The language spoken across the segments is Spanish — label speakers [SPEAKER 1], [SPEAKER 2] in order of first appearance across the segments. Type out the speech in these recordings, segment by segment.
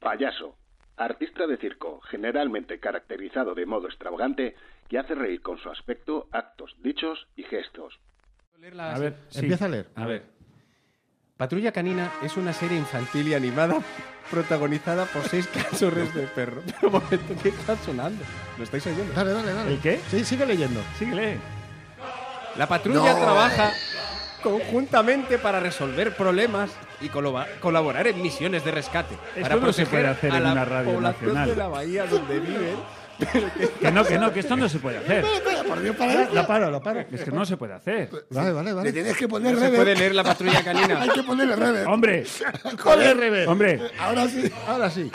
[SPEAKER 1] Payaso. Artista de circo, generalmente caracterizado de modo extravagante, que hace reír con su aspecto, actos, dichos y gestos.
[SPEAKER 2] A ver,
[SPEAKER 3] Sí.
[SPEAKER 2] empieza a leer.
[SPEAKER 3] A ver. Patrulla Canina es una serie infantil y animada protagonizada por seis cachorros de perro. Pero un momento, ¿qué está sonando? ¿Lo estáis oyendo?
[SPEAKER 2] Dale, dale, dale.
[SPEAKER 4] ¿El qué?
[SPEAKER 2] Sí, sigue leyendo.
[SPEAKER 4] Síguele.
[SPEAKER 3] La patrulla trabaja conjuntamente para resolver problemas y coloba- colaborar en misiones de rescate.
[SPEAKER 4] Esto
[SPEAKER 3] para
[SPEAKER 4] no se
[SPEAKER 3] proteger
[SPEAKER 4] puede hacer
[SPEAKER 3] a
[SPEAKER 4] en
[SPEAKER 3] la
[SPEAKER 4] una radio
[SPEAKER 3] población
[SPEAKER 4] nacional.
[SPEAKER 3] de la bahía donde viven.
[SPEAKER 4] Que no, que no, que esto no se puede hacer.
[SPEAKER 2] Por Dios, para La paro, la paro.
[SPEAKER 4] Es que no se puede hacer.
[SPEAKER 2] Vale, vale,
[SPEAKER 5] Le
[SPEAKER 2] vale.
[SPEAKER 5] tienes que poner
[SPEAKER 3] Se
[SPEAKER 5] rever.
[SPEAKER 3] puede leer la patrulla canina.
[SPEAKER 5] Hay que ponerle rever.
[SPEAKER 4] Hombre,
[SPEAKER 2] Ponle revés.
[SPEAKER 4] hombre,
[SPEAKER 5] Ahora sí.
[SPEAKER 2] Ahora sí.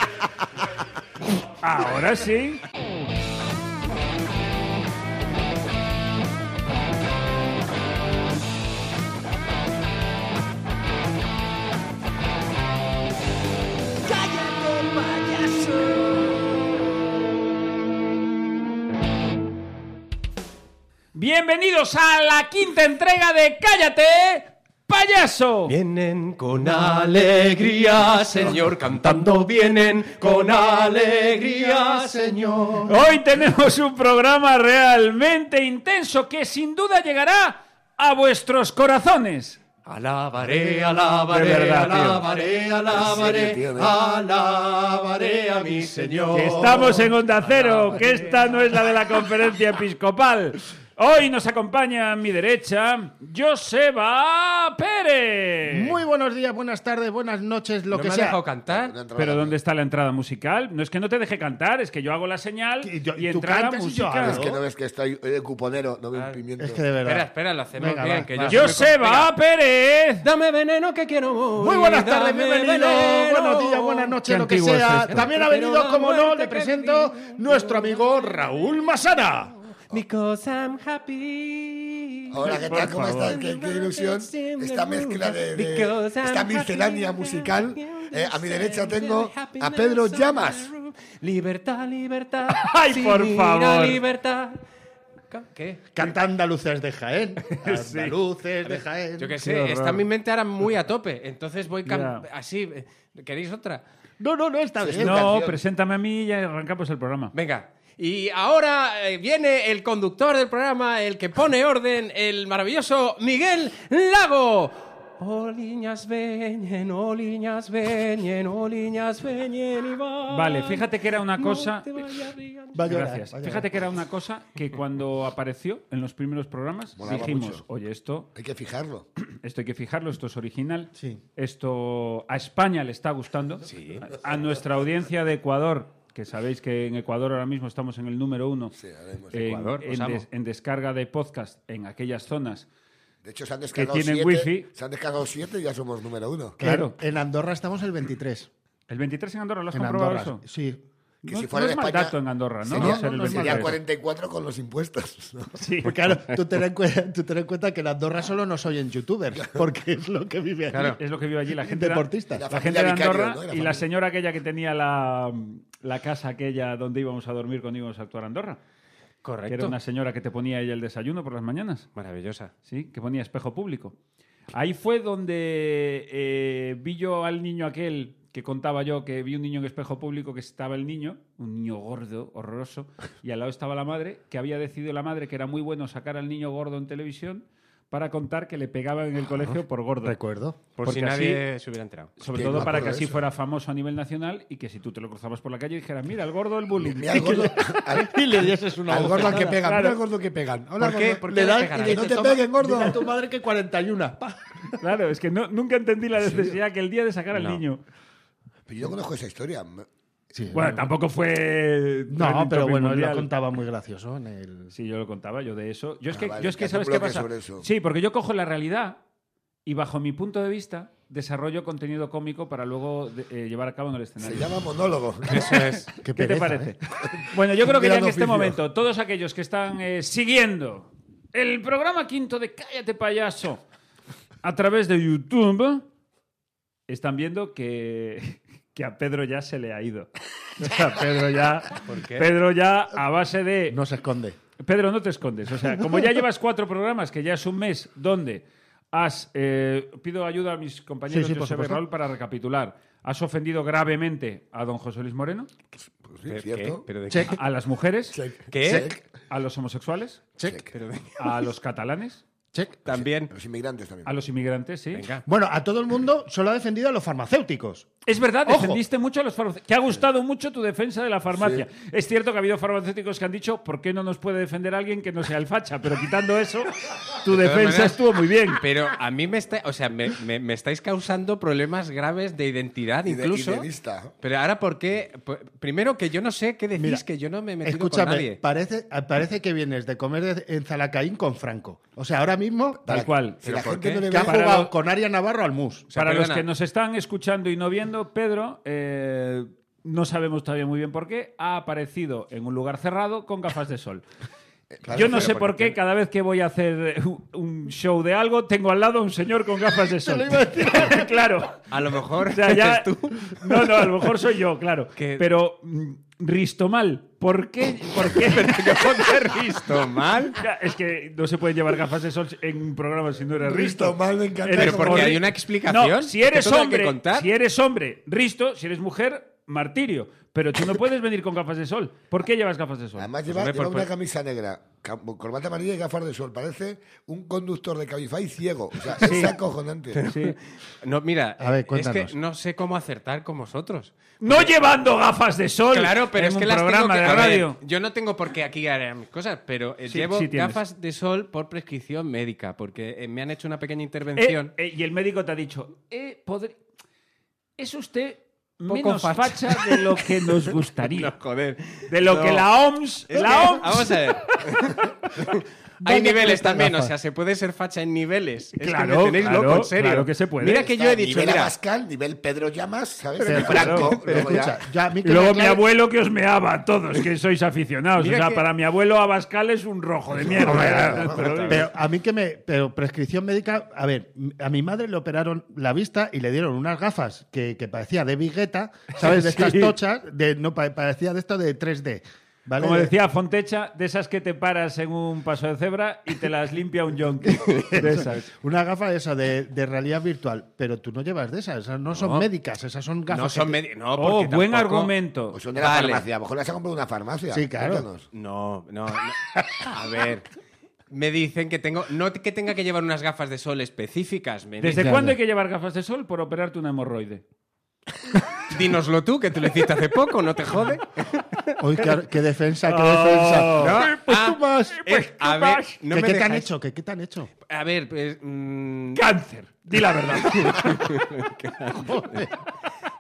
[SPEAKER 4] ahora sí. Bienvenidos a la quinta entrega de Cállate, payaso.
[SPEAKER 3] Vienen con alegría, señor, cantando vienen con alegría, señor.
[SPEAKER 4] Hoy tenemos un programa realmente intenso que sin duda llegará a vuestros corazones.
[SPEAKER 3] Alabaré, alabaré,
[SPEAKER 4] De verdad, tío.
[SPEAKER 3] alabaré, alabaré,
[SPEAKER 5] Sí, tío, de-
[SPEAKER 3] alabaré a mi señor.
[SPEAKER 4] Que estamos en Onda Cero, que esta no es la de la conferencia episcopal. Hoy nos acompaña a mi derecha Joseba Pérez.
[SPEAKER 2] Muy buenos días, buenas tardes, buenas noches, lo
[SPEAKER 3] ¿No me
[SPEAKER 2] que
[SPEAKER 3] ha
[SPEAKER 2] sea.
[SPEAKER 3] dejado cantar?
[SPEAKER 4] Pero ¿dónde está la entrada musical? No es que no te deje cantar, es que yo hago la señal
[SPEAKER 2] Y yo-
[SPEAKER 4] y
[SPEAKER 2] tú
[SPEAKER 4] entra la
[SPEAKER 2] cantas y yo
[SPEAKER 4] música.
[SPEAKER 2] hablo.
[SPEAKER 5] Es que no ves que estoy eh, cuponero, no veo un pimiento.
[SPEAKER 2] Es que de verdad.
[SPEAKER 3] Espera, espera, lo hacemos
[SPEAKER 2] Venga,
[SPEAKER 3] bien.
[SPEAKER 2] va,
[SPEAKER 3] que
[SPEAKER 2] va.
[SPEAKER 3] yo soy
[SPEAKER 4] Joseba Pérez.
[SPEAKER 3] Dame veneno que quiero morir.
[SPEAKER 2] Muy buenas tardes,
[SPEAKER 3] dame
[SPEAKER 2] bienvenido.
[SPEAKER 3] veneno.
[SPEAKER 2] Buenos días, buenas noches,
[SPEAKER 4] Qué
[SPEAKER 2] lo que
[SPEAKER 4] antiguo es
[SPEAKER 2] sea.
[SPEAKER 4] esto.
[SPEAKER 2] También ha
[SPEAKER 3] Pero
[SPEAKER 2] venido,
[SPEAKER 3] la
[SPEAKER 2] como no,
[SPEAKER 3] muerte
[SPEAKER 2] le presento
[SPEAKER 3] prefiero.
[SPEAKER 2] nuestro amigo Raúl Masana.
[SPEAKER 3] Because I'm happy.
[SPEAKER 5] Hola, ¿qué tal? ¿Cómo
[SPEAKER 4] favor.
[SPEAKER 5] estás? ¿Qué, qué ilusión esta mezcla de, de-
[SPEAKER 3] Because I'm
[SPEAKER 5] esta miscelánea
[SPEAKER 3] happy.
[SPEAKER 5] musical. Eh, a mi derecha tengo a Pedro Llamas.
[SPEAKER 3] Libertad, libertad.
[SPEAKER 4] Ay,
[SPEAKER 3] sin
[SPEAKER 4] por
[SPEAKER 3] ir a
[SPEAKER 4] favor.
[SPEAKER 3] libertad. ¿Qué?
[SPEAKER 2] Canta andaluces de Jaén. Andaluces de Jaén.
[SPEAKER 3] Yo qué
[SPEAKER 4] Qué
[SPEAKER 3] sé,
[SPEAKER 4] horror.
[SPEAKER 3] está mi mente ahora muy a tope. Entonces voy cam-
[SPEAKER 4] Ya.
[SPEAKER 3] así. eh, ¿Queréis otra?
[SPEAKER 2] No, no, no, está bien.
[SPEAKER 4] No, preséntame a mí y arrancamos el programa.
[SPEAKER 3] Venga. Y ahora eh, viene el conductor del programa, el que pone orden, el maravilloso Miguel Lago. Oliñas veñen, oliñas veñen, oliñas veñen y van.
[SPEAKER 4] Vale, fíjate que era una cosa-
[SPEAKER 3] te vayas rían.
[SPEAKER 2] Va a llorar,
[SPEAKER 4] Gracias.
[SPEAKER 2] va a llorar.
[SPEAKER 4] Fíjate que era una cosa que cuando apareció en los primeros programas
[SPEAKER 5] Molaba
[SPEAKER 4] dijimos,
[SPEAKER 5] mucho.
[SPEAKER 4] oye, esto,
[SPEAKER 5] Hay que fijarlo.
[SPEAKER 4] esto hay que fijarlo, esto es original,
[SPEAKER 2] Sí.
[SPEAKER 4] esto a España le está gustando, a, a nuestra audiencia de Ecuador, que sabéis que en Ecuador ahora mismo estamos en el número uno
[SPEAKER 5] ahora mismo
[SPEAKER 4] en,
[SPEAKER 3] Ecuador, os
[SPEAKER 4] en
[SPEAKER 3] amo.
[SPEAKER 4] des- en descarga de podcast en aquellas zonas.
[SPEAKER 5] De hecho, se han descargado
[SPEAKER 4] tienen
[SPEAKER 5] siete.
[SPEAKER 4] wifi.
[SPEAKER 5] Se han descargado siete y ya somos número uno.
[SPEAKER 4] Claro.
[SPEAKER 2] En, en Andorra estamos el 23.
[SPEAKER 4] ¿El 23 en Andorra lo has
[SPEAKER 2] En
[SPEAKER 4] comprobado
[SPEAKER 2] Andorra.
[SPEAKER 4] eso?
[SPEAKER 2] Sí.
[SPEAKER 5] Que
[SPEAKER 4] no,
[SPEAKER 5] si
[SPEAKER 4] no
[SPEAKER 5] fuera en
[SPEAKER 4] es mal
[SPEAKER 5] España,
[SPEAKER 4] dato en Andorra, ¿no?
[SPEAKER 5] Sería,
[SPEAKER 4] Ser el
[SPEAKER 5] sería
[SPEAKER 4] 23.
[SPEAKER 5] 44 con los impuestos. ¿no?
[SPEAKER 4] Sí.
[SPEAKER 2] Porque claro, tú ten, en cuen- tú ten en cuenta que en Andorra solo nos oyen youtubers, porque es lo que vive aquí.
[SPEAKER 4] Es lo que vive allí la gente.
[SPEAKER 2] Deportistas.
[SPEAKER 4] La,
[SPEAKER 5] La
[SPEAKER 4] gente
[SPEAKER 5] familia
[SPEAKER 4] de
[SPEAKER 5] vicario,
[SPEAKER 4] Andorra
[SPEAKER 5] ¿no?
[SPEAKER 4] y
[SPEAKER 5] Y la
[SPEAKER 4] la
[SPEAKER 5] familia.
[SPEAKER 4] señora aquella que tenía la, la casa aquella donde íbamos a dormir cuando íbamos a actuar a Andorra. Que era
[SPEAKER 3] Correcto.
[SPEAKER 4] una señora que te ponía ella el desayuno por las mañanas,
[SPEAKER 3] Maravillosa.
[SPEAKER 4] ¿sí? Que ponía espejo público. Ahí fue donde eh, vi yo al niño aquel que contaba yo, que vi un niño en espejo público que estaba el niño, un niño gordo, horroroso, y al lado estaba la madre, que había decidido la madre que era muy bueno sacar al niño gordo en televisión para contar que le pegaban
[SPEAKER 3] Ah,
[SPEAKER 4] en el colegio por gordo.
[SPEAKER 2] Recuerdo.
[SPEAKER 3] Por
[SPEAKER 4] Porque
[SPEAKER 3] si
[SPEAKER 4] así-
[SPEAKER 3] nadie se hubiera enterado.
[SPEAKER 4] Sobre
[SPEAKER 5] Que
[SPEAKER 4] todo
[SPEAKER 5] no
[SPEAKER 4] para que
[SPEAKER 5] acuerdo
[SPEAKER 4] así
[SPEAKER 5] de eso.
[SPEAKER 4] fuera famoso a nivel nacional y que si tú te lo cruzabas por la calle dijeras, mira, el gordo el bullying.
[SPEAKER 5] Mira al gordo, al,
[SPEAKER 2] Y le dieses una
[SPEAKER 5] al gordo al que pegan.
[SPEAKER 4] Claro.
[SPEAKER 5] Mira al gordo que pegan. Hola,
[SPEAKER 3] ¿Por qué?
[SPEAKER 5] gordo.
[SPEAKER 3] ¿Por qué
[SPEAKER 5] Le
[SPEAKER 3] le
[SPEAKER 5] dan
[SPEAKER 3] pegan?
[SPEAKER 5] y le-
[SPEAKER 3] Y
[SPEAKER 5] no
[SPEAKER 3] te
[SPEAKER 5] te
[SPEAKER 3] toma-
[SPEAKER 5] peguen, gordo.
[SPEAKER 2] Dile a tu madre que 41. pa.
[SPEAKER 4] Claro, es que no, nunca entendí la necesidad que el día de sacar al
[SPEAKER 3] No.
[SPEAKER 4] niño.
[SPEAKER 5] Pero yo conozco esa historia.
[SPEAKER 4] Bueno, tampoco fue...
[SPEAKER 2] No, pero bueno, él
[SPEAKER 4] lo
[SPEAKER 2] lo contaba muy gracioso en el...
[SPEAKER 4] Sí, yo lo contaba, yo de eso. Yo es
[SPEAKER 5] Ah,
[SPEAKER 4] que,
[SPEAKER 5] vale,
[SPEAKER 4] yo es que
[SPEAKER 5] que hace
[SPEAKER 4] ¿sabes
[SPEAKER 5] un
[SPEAKER 4] qué
[SPEAKER 5] bloque
[SPEAKER 4] pasa?
[SPEAKER 5] sobre eso.
[SPEAKER 4] Sí, porque yo cojo la realidad y bajo mi punto de vista desarrollo contenido cómico para luego de- eh, llevar a cabo en el
[SPEAKER 5] Se
[SPEAKER 4] escenario.
[SPEAKER 5] llama monólogo.
[SPEAKER 3] Eso es.
[SPEAKER 2] Qué,
[SPEAKER 4] ¿Qué te
[SPEAKER 2] pereza,
[SPEAKER 4] parece?
[SPEAKER 2] ¿eh?
[SPEAKER 4] Bueno, yo creo que ya en
[SPEAKER 5] Gran
[SPEAKER 4] este
[SPEAKER 5] oficio.
[SPEAKER 4] momento, todos aquellos que están eh, siguiendo el programa quinto de Cállate Payaso a través de YouTube, están viendo que, que a Pedro ya se le ha ido. O sea, Pedro ya,
[SPEAKER 3] qué?
[SPEAKER 4] Pedro ya a base de...
[SPEAKER 2] No se esconde.
[SPEAKER 4] Pedro, no te escondes. O sea, como ya llevas cuatro programas, que ya es un mes, donde has. eh, pido ayuda a mis compañeros
[SPEAKER 2] Sí, sí, por
[SPEAKER 4] Joseba y
[SPEAKER 2] supuesto.
[SPEAKER 4] Raúl para recapitular. Has ofendido gravemente a don José Luis Moreno,
[SPEAKER 5] Pues
[SPEAKER 3] ¿Pero
[SPEAKER 5] sí, cierto.
[SPEAKER 3] qué? ¿Pero de qué?
[SPEAKER 2] Check,
[SPEAKER 4] a las mujeres,
[SPEAKER 5] Check.
[SPEAKER 3] ¿Qué?
[SPEAKER 5] Check.
[SPEAKER 4] a los homosexuales,
[SPEAKER 2] check,
[SPEAKER 3] Pero de-
[SPEAKER 4] a los catalanes,
[SPEAKER 2] check.
[SPEAKER 3] También.
[SPEAKER 5] Los inmigrantes también.
[SPEAKER 4] a los inmigrantes, sí.
[SPEAKER 3] Venga.
[SPEAKER 2] Bueno, a todo el mundo solo ha defendido a los farmacéuticos.
[SPEAKER 4] Es verdad,
[SPEAKER 2] Ojo.
[SPEAKER 4] defendiste mucho a los farmacéuticos. Que ha gustado mucho tu defensa de la farmacia. Es cierto que ha habido farmacéuticos que han dicho, ¿por qué no nos puede defender alguien que no sea el facha? Pero quitando eso, tu
[SPEAKER 3] De todas
[SPEAKER 4] defensa
[SPEAKER 3] maneras-
[SPEAKER 4] estuvo muy bien.
[SPEAKER 3] Pero a mí me está, o sea, me, me- me estáis causando problemas graves de identidad
[SPEAKER 5] Y de-
[SPEAKER 3] incluso.
[SPEAKER 5] y de vista.
[SPEAKER 3] Pero ahora por qué, P- primero que yo no sé qué decís
[SPEAKER 2] Mira,
[SPEAKER 3] que yo no me he metido con
[SPEAKER 2] Escúchame,
[SPEAKER 3] nadie.
[SPEAKER 2] parece, parece que vienes de comer en Zalacaín con Franco. O sea, ahora mismo
[SPEAKER 4] Tal cual.
[SPEAKER 5] Si la
[SPEAKER 3] ¿Pero por
[SPEAKER 5] gente
[SPEAKER 3] qué?
[SPEAKER 5] no le
[SPEAKER 2] que ha
[SPEAKER 5] ve-
[SPEAKER 4] Para
[SPEAKER 2] jugado
[SPEAKER 4] los-
[SPEAKER 2] con Aria Navarro al MUS.
[SPEAKER 3] sea,
[SPEAKER 4] Para los
[SPEAKER 3] perdona.
[SPEAKER 4] que nos están escuchando y no viendo, Pedro, eh, no sabemos todavía muy bien por qué, ha aparecido en un lugar cerrado con gafas de sol.
[SPEAKER 5] Claro,
[SPEAKER 4] Yo no
[SPEAKER 5] pero
[SPEAKER 4] sé por qué cada vez que voy a hacer eh, un- un show de algo, tengo al lado a un señor con gafas de sol. claro.
[SPEAKER 3] A lo mejor
[SPEAKER 4] O sea, ya-
[SPEAKER 3] eres tú.
[SPEAKER 4] No, no, a lo mejor soy yo, claro.
[SPEAKER 3] Que-
[SPEAKER 4] Pero mm, Ristomal, ¿por qué? ¿Por qué?
[SPEAKER 3] Esto mal.
[SPEAKER 4] Ya, es que no se pueden llevar gafas de sol en un programa si no eres Risto.
[SPEAKER 5] Ristomal, me encanta
[SPEAKER 4] Eres
[SPEAKER 5] Pero porque
[SPEAKER 4] horri-
[SPEAKER 3] hay una explicación,
[SPEAKER 4] No, si
[SPEAKER 3] que
[SPEAKER 4] eres
[SPEAKER 3] todo hay que
[SPEAKER 4] hombre,
[SPEAKER 3] contar.
[SPEAKER 4] si eres hombre, Risto, si eres mujer, martirio. Pero tú no puedes venir con gafas de sol. ¿Por qué llevas gafas de sol?
[SPEAKER 5] Además
[SPEAKER 4] Pues,
[SPEAKER 5] lleva,
[SPEAKER 4] hombre,
[SPEAKER 5] lleva
[SPEAKER 4] por-
[SPEAKER 5] una camisa negra, cam- corbata amarilla y gafas de sol. Parece un conductor de Cabify ciego. O sea,
[SPEAKER 4] Sí.
[SPEAKER 5] es acojonante.
[SPEAKER 4] Sí.
[SPEAKER 3] No, mira,
[SPEAKER 2] A ver,
[SPEAKER 3] es que
[SPEAKER 2] cuéntanos.
[SPEAKER 3] no sé cómo acertar con vosotros.
[SPEAKER 4] No llevando gafas de sol.
[SPEAKER 3] Claro, pero
[SPEAKER 4] en
[SPEAKER 3] es
[SPEAKER 4] un
[SPEAKER 3] que las tengo
[SPEAKER 4] programa
[SPEAKER 3] que...
[SPEAKER 4] de
[SPEAKER 3] a ver,
[SPEAKER 4] radio.
[SPEAKER 3] yo no tengo por qué aquí hacer mis cosas, pero eh,
[SPEAKER 4] Sí,
[SPEAKER 3] llevo
[SPEAKER 4] sí tienes.
[SPEAKER 3] gafas de sol por prescripción médica, porque eh, me han hecho una pequeña
[SPEAKER 4] Eh,
[SPEAKER 3] intervención.
[SPEAKER 4] eh, y el médico te ha dicho, eh, podri- es usted
[SPEAKER 3] Poco
[SPEAKER 4] menos facha.
[SPEAKER 3] facha.
[SPEAKER 4] de lo que nos gustaría.
[SPEAKER 3] No, joder.
[SPEAKER 4] eh, De lo
[SPEAKER 3] No.
[SPEAKER 4] que la OMS...
[SPEAKER 3] Es que-
[SPEAKER 4] la OMS
[SPEAKER 3] Vamos a ver.
[SPEAKER 2] ¿Dónde
[SPEAKER 3] Hay niveles
[SPEAKER 2] crees que
[SPEAKER 3] también,
[SPEAKER 2] gafas?
[SPEAKER 3] o sea, se puede ser facha en niveles. Es que
[SPEAKER 4] Claro,
[SPEAKER 3] me tenéis
[SPEAKER 4] claro,
[SPEAKER 3] loco, en serio.
[SPEAKER 4] claro que se puede.
[SPEAKER 3] Mira que yo he dicho,
[SPEAKER 5] nivel
[SPEAKER 3] mira,
[SPEAKER 5] Abascal, nivel Pedro Llamas, ¿sabes?
[SPEAKER 2] Pero-
[SPEAKER 5] Franco.
[SPEAKER 2] Pero
[SPEAKER 5] luego ya-
[SPEAKER 2] escucha, yo a mí
[SPEAKER 4] Y
[SPEAKER 2] que
[SPEAKER 4] luego
[SPEAKER 2] me
[SPEAKER 4] mi
[SPEAKER 2] aclare-
[SPEAKER 4] abuelo que os meaba a todos, que sois aficionados.
[SPEAKER 3] Mira
[SPEAKER 4] o sea,
[SPEAKER 3] que-
[SPEAKER 4] para mi abuelo Abascal es un rojo de mierda. Pero digo,
[SPEAKER 2] Pero a mí que me. Pero prescripción médica. A ver, m- a mi madre le operaron la vista y le dieron unas gafas que, que parecía de bigueta, ¿sabes? De estas
[SPEAKER 4] Sí.
[SPEAKER 2] tochas, de, no, pa- parecía de esto de 3D. ¿vale?
[SPEAKER 4] como decía Fontecha, de esas que te paras en un paso de cebra y te las limpia un yonki. De esas.
[SPEAKER 2] Una gafa de esa, de, de realidad virtual. Pero tú no llevas de esas, esas no son médicas, esas son gafas.
[SPEAKER 3] no son
[SPEAKER 2] que te-
[SPEAKER 3] médicos. No,
[SPEAKER 4] Oh,
[SPEAKER 3] porque
[SPEAKER 4] buen
[SPEAKER 3] tampoco-
[SPEAKER 4] argumento.
[SPEAKER 5] O pues son de la
[SPEAKER 3] Vale.
[SPEAKER 5] farmacia. A lo mejor las ha comprado una farmacia.
[SPEAKER 2] Sí, claro.
[SPEAKER 5] Cuéntanos.
[SPEAKER 3] No, no, no. A ver. Me dicen que tengo. No que tenga que llevar unas gafas de sol específicas. Me
[SPEAKER 4] ¿Desde
[SPEAKER 3] dicen.
[SPEAKER 2] Ya,
[SPEAKER 4] cuándo
[SPEAKER 2] ya.
[SPEAKER 4] hay que llevar gafas de sol por operarte una hemorroide?
[SPEAKER 3] Dínoslo tú, que tú lo hiciste hace poco, no te jode.
[SPEAKER 2] Uy, qué, qué defensa, qué
[SPEAKER 4] Oh.
[SPEAKER 2] defensa.
[SPEAKER 3] No,
[SPEAKER 4] Eh, pues tú vas,
[SPEAKER 3] eh,
[SPEAKER 4] pues tú
[SPEAKER 3] a ver,
[SPEAKER 4] vas.
[SPEAKER 3] no
[SPEAKER 2] ¿Qué,
[SPEAKER 3] me
[SPEAKER 2] qué te han
[SPEAKER 3] dejáis-
[SPEAKER 2] hecho? ¿Qué, qué te han hecho?
[SPEAKER 3] A ver, pues, mm,
[SPEAKER 4] Cáncer. Di la verdad.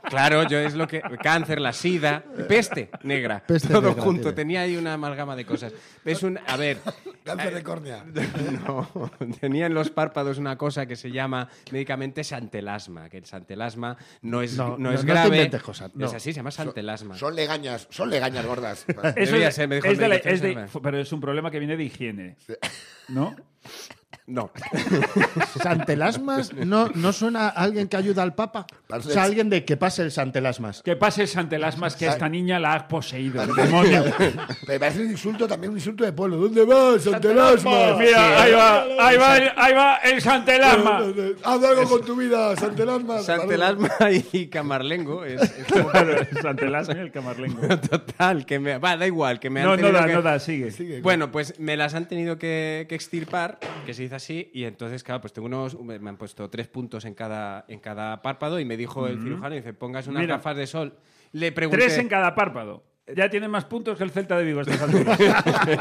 [SPEAKER 3] claro, yo es lo que. Cáncer, la sida, peste negra.
[SPEAKER 2] Peste
[SPEAKER 3] todo
[SPEAKER 2] negra
[SPEAKER 3] junto.
[SPEAKER 2] tiene.
[SPEAKER 3] Tenía ahí una amalgama de cosas. Es un. A ver.
[SPEAKER 5] Cáncer de córnea.
[SPEAKER 3] No, tenía en los párpados una cosa que se llama médicamente santelasma, que el santelasma no es,
[SPEAKER 2] No,
[SPEAKER 3] no,
[SPEAKER 2] no,
[SPEAKER 3] es
[SPEAKER 2] no te
[SPEAKER 3] grave.
[SPEAKER 2] inventes cosas, no.
[SPEAKER 3] Es así, se llama santelasma.
[SPEAKER 5] Son legañas, son legañas gordas.
[SPEAKER 4] Eso
[SPEAKER 3] Debería
[SPEAKER 4] es-
[SPEAKER 3] ser, ¿eh? me dijo
[SPEAKER 4] es
[SPEAKER 3] el
[SPEAKER 4] de la-
[SPEAKER 3] médico,
[SPEAKER 4] es de-
[SPEAKER 3] ¿sabes?
[SPEAKER 4] pero es un problema que viene de higiene. ¿No?
[SPEAKER 3] No.
[SPEAKER 2] Pues ¿Santelasmas? ¿No, ¿No suena a alguien que ayuda al Papa? O sea, alguien de que pase el Santelasmas.
[SPEAKER 4] Que pases ante las más que a esta niña la has poseído. el demonio.
[SPEAKER 5] Me parece un insulto, también un insulto de pueblo. ¿Dónde vas, Santelasma?
[SPEAKER 4] Mira, ahí va, ahí va, el- ahí va el Santelasma.
[SPEAKER 5] Haz algo con tu vida, Santelasma.
[SPEAKER 3] Santelasma y camarlengo. Es, es como-
[SPEAKER 4] Claro, el Santelasma y el Camarlengo.
[SPEAKER 3] total, que me. Va, da igual, que me han
[SPEAKER 4] No, no
[SPEAKER 3] tenido
[SPEAKER 4] da,
[SPEAKER 3] que-
[SPEAKER 4] no da, sigue.
[SPEAKER 3] Bueno, pues me las han tenido que, que extirpar, que se dice así, y entonces, claro, pues tengo unos, me me han puesto tres puntos en cada, en cada párpado y me dijo el cirujano, dice, pongas unas
[SPEAKER 4] Mira.
[SPEAKER 3] gafas de sol. Le pregunté...
[SPEAKER 4] Tres en cada párpado. Ya tiene más puntos que el Celta de Vigo a estas alturas.